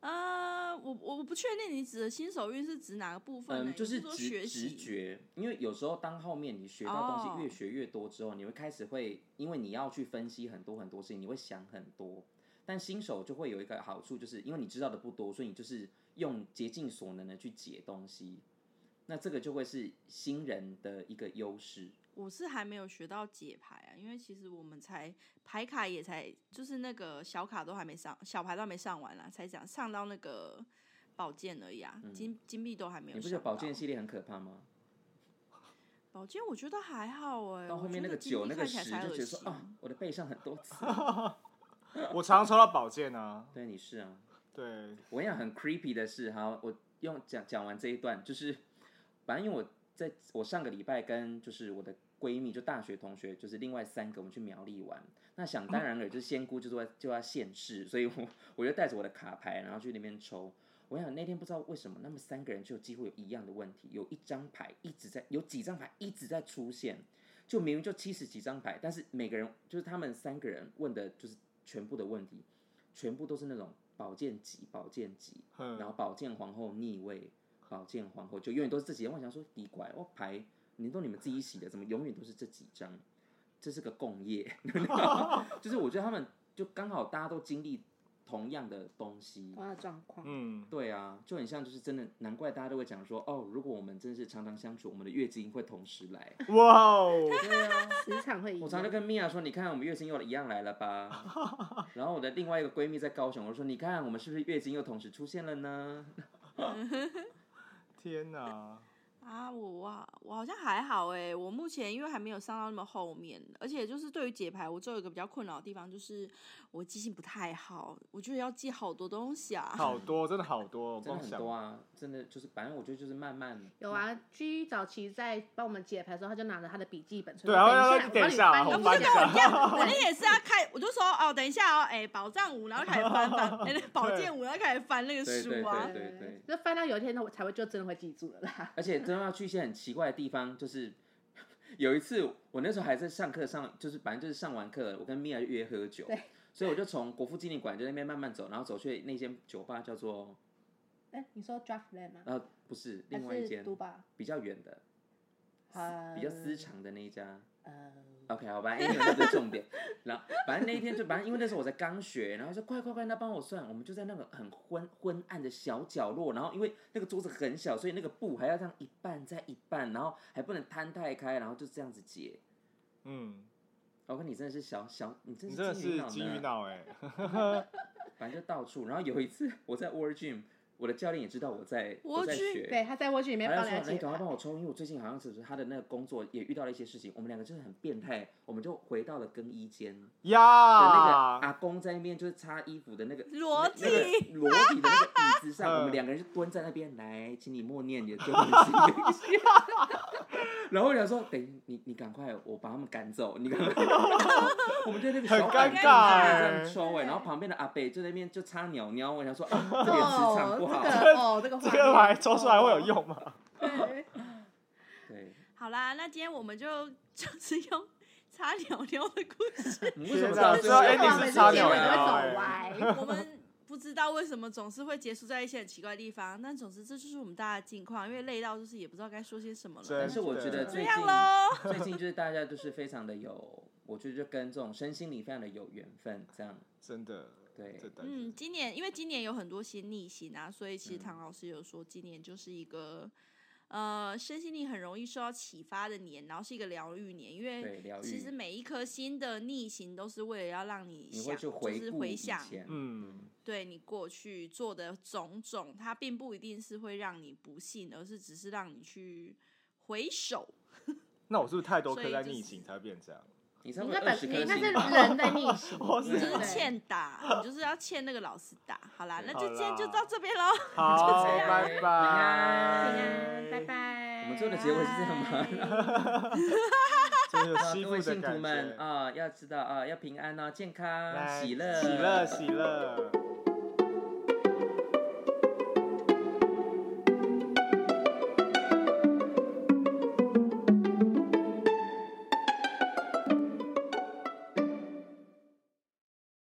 D: 呃，我我我不确定你指的新手运是指哪个部分呢、
C: 嗯，就是
D: 你说
C: 直
D: 学
C: 直
D: 习
C: 觉，因为有时候当后面你学到东
D: 哦
C: 西越学越多之后，你会开始会，因为你要去分析很多很多事情，你会想很多。但新手就会有一个好处，就是因为你知道的不多，所以你就是用竭尽所能的去解东西。那这个就会是新人的一个优势。
D: 我是还没有学到解牌啊，因为其实我们才牌卡也才就是那个小卡都还没上，小牌都还没上完啦，才讲上到那个宝剑而已啊，金金币都还没有
C: 嗯你不
D: 上
C: 觉
D: 到。
C: 得宝剑系列很可怕吗？
D: 宝剑我觉得还好哎、
C: 到
D: 我
C: 后面
D: 觉
C: 那
D: 得
C: 个
D: 金
C: 九
D: 币
C: 那个
D: 看起来
C: 十
D: 才
C: 就
D: 恶
C: 觉得说
D: 心
C: 啊，我的背上很多 刺。
B: 我常常抽到宝剑啊，
C: 对，你是啊。
B: 对，
C: 我跟你讲很 creepy 的事，哈，我用讲讲完这一段，就是反正因为我在我上个礼拜跟就是我的闺蜜，就大学同学，就是另外三个，我们去苗栗玩。那想当然了，就是仙姑就在就要现世，所以我我就带着我的卡牌，然后去那边抽。我想那天不知道为什么，那么三个人就几乎有一样的问题，有一张牌一直在，有几张牌一直在出现，就明明就七十几张牌，但是每个人就是他们三个人问的就是全部的问题，全部都是那种宝剑级、宝剑级，
B: 嗯
C: 然后宝剑皇后逆位，宝剑皇后就永远都是这几张。我想说，奇怪，我牌你都你们自己洗的，怎么永远都是这几张？这是个共业， 就是我觉得他们就刚好大家都经历同样的东西，
E: 同样的状况。
B: 嗯，
C: 对啊，就很像就是真的，难怪大家都会讲说，哦，如果我们真是常常相处，我们的月经会同时来。
B: 哇哦，
C: 对啊，
E: 磁场会一
C: 我常常
E: 样，
C: 就跟米娅说，你看我们月经又一样来了吧？ 然后我的另外一个闺蜜在高雄，我说，你看我们是不是月经又同时出现了呢？
B: 天哪，
D: 啊！我我好我好像还好哎、我目前因为还没有上到那么后面，而且就是对于解牌，我就有一个比较困扰的地方，就是我记性不太好，我觉得要记好多东西啊。
B: 好多，真的好多，我
C: 真
B: 光
C: 的很
B: 想
C: 多啊，真的就是，反正我觉得就是慢慢嗯
E: 有啊，G 早期在帮我们解牌的时候，他就拿着他的笔记本，
B: 对
E: 说
B: 然后
E: 等一下，
B: 要
E: 我
B: 要
E: 帮你
B: 翻
E: 翻
B: 一
E: 一下，
B: 下我
E: 这样
D: 我那也是要开，我就说哦，等一下哦，哎、宝藏五，然后开始翻翻，哎、那宝剑五，然后开始翻那个
C: 对对
D: 书啊
C: 对。对对，
E: 就翻到有一天，我才会就真的会记住了啦。
C: 而且真的要去一些很奇怪的地方，就是 有一次我那时候还在上课上，就是反正就是上完课，我跟米娅约喝酒
E: 对，
C: 所以我就从国父纪念馆就那边慢慢走，然后走去那间酒吧叫做
E: 哎，你说 Draftland 吗？
C: 呃不是另外一
E: 还是
C: 间
E: 读吧，
C: 比较远的
E: 呃
C: 比较私藏的那一家。
E: 呃，
C: OK，好吧，因为这不是重点。然后反正那一天就反正因为那时候我才刚学，然后说快快快，那帮我算，我们就在那个很昏昏暗的小角落，然后因为那个桌子很小，所以那个布还要这样一半再一半，然后还不能摊太开，然后就这样子解。
B: 嗯，
C: 我跟你真的是小小，你真
B: 你真的
C: 的是
B: 是
C: 金
B: 金
C: 鱼
B: 鱼
C: 脑呢，
B: 脑 哎，
C: 反正就到处。然后有一次我在 World Gym，我的教练也知道我在
D: World
C: 我在
D: Gym，
C: 学，
E: 对，他在过去里面
C: 然
E: 帮
C: 后说
E: 人：“家
C: 哎，
E: 解
C: 赶快
E: 牌
C: 帮。我抽，因为我最近好像只是他的那个工作也遇到了一些事情，我们两个真的很变态，我们就回到了更衣间的
B: 呀，
C: 那个阿公公在那边就是擦衣服的那个
D: 裸体
C: 那个裸体的那个椅子上，
B: 嗯
C: 我们两个人就蹲在那边，来，请你默念你的最后的心愿。 然后我想说，等你你赶快，我把他们赶走，你赶快。 我们就那个
B: 很
C: 小矮
B: 尴
C: 子
B: 尬
C: 这
B: 欸
C: 样抽哎，然后旁边的阿北就在那边就擦鸟鸟，我想说， 啊，这个也磁场不好
E: 哦，。这个哦，这个
B: 这
E: 画
B: 个
E: 面
B: 牌抽出来会有。用 吗？
E: 对
C: 对，
D: 好啦，那今天我们就就是用擦鸟鸟的故 事，
C: 你为什
B: 学
C: 么
B: 长
C: 到
B: 知
C: 最
B: 道
C: 后
E: 这
B: 哎
E: 个
B: 你
E: 话
B: 是
E: 每次
B: 插
E: 结
B: 鸟
C: 啊
E: 尾都会
B: 鸟
E: 走
B: 哎
E: 歪。
D: 我们不知道为什么总是会结束在一些很奇怪的地方，但总之这就是我们大家的近况，因为累到就是也不知道该说些什么了
B: 对
C: 但。是我觉得
D: 这
C: 最近
D: 样喽，
C: 最近就是大家就是非常的有，我觉得就跟这种身心灵非常的有缘分，这样
B: 真的，
C: 对
B: 真的，
D: 嗯，今年因为今年有很多些逆行啊，所以其实
C: 嗯
D: 唐老师有说，今年就是一个呃身心灵很容易受到启发的年，然后是一个疗愈年，因为
C: 对疗愈。
D: 其实每一颗心的逆行都是为了要让你
C: 你
D: 想，
C: 会去
D: 就
C: 回
D: 是
C: 顾
D: 回
C: 以
D: 想
C: 前，
B: 嗯，
D: 对你过去做的种种，它并不一定是会让你不幸，而是只是让你去回首。
B: 那我是不是太多
D: 所
B: 颗
D: 以
B: 在
D: 就是
B: 逆行才会变这样？
C: 你差
E: 你
C: 不
E: 应
C: 多
E: 该
C: 二
E: 本
C: 十
E: 你
C: 颗
E: 应该是
C: 星吧。
E: 人在逆行，
B: 我是
D: 你就是
E: 对
D: 欠打，你就是要欠那个老师打。好啦，那就
B: 好
D: 今天就
B: 啦
D: 到这边喽。
B: 好，
C: 这样
B: 拜拜，
C: 平安
E: 平安，拜。拜。
C: 我们做的结尾是这样吗？
B: 真的有
D: 哎
C: 啊
B: 欺
C: 各
B: 负
C: 位
B: 的
C: 信徒
B: 感
C: 们
B: 觉，
C: 啊啊，要知道啊，要平安哦，健康、
B: 来
C: 喜乐、
B: 喜乐，喜乐。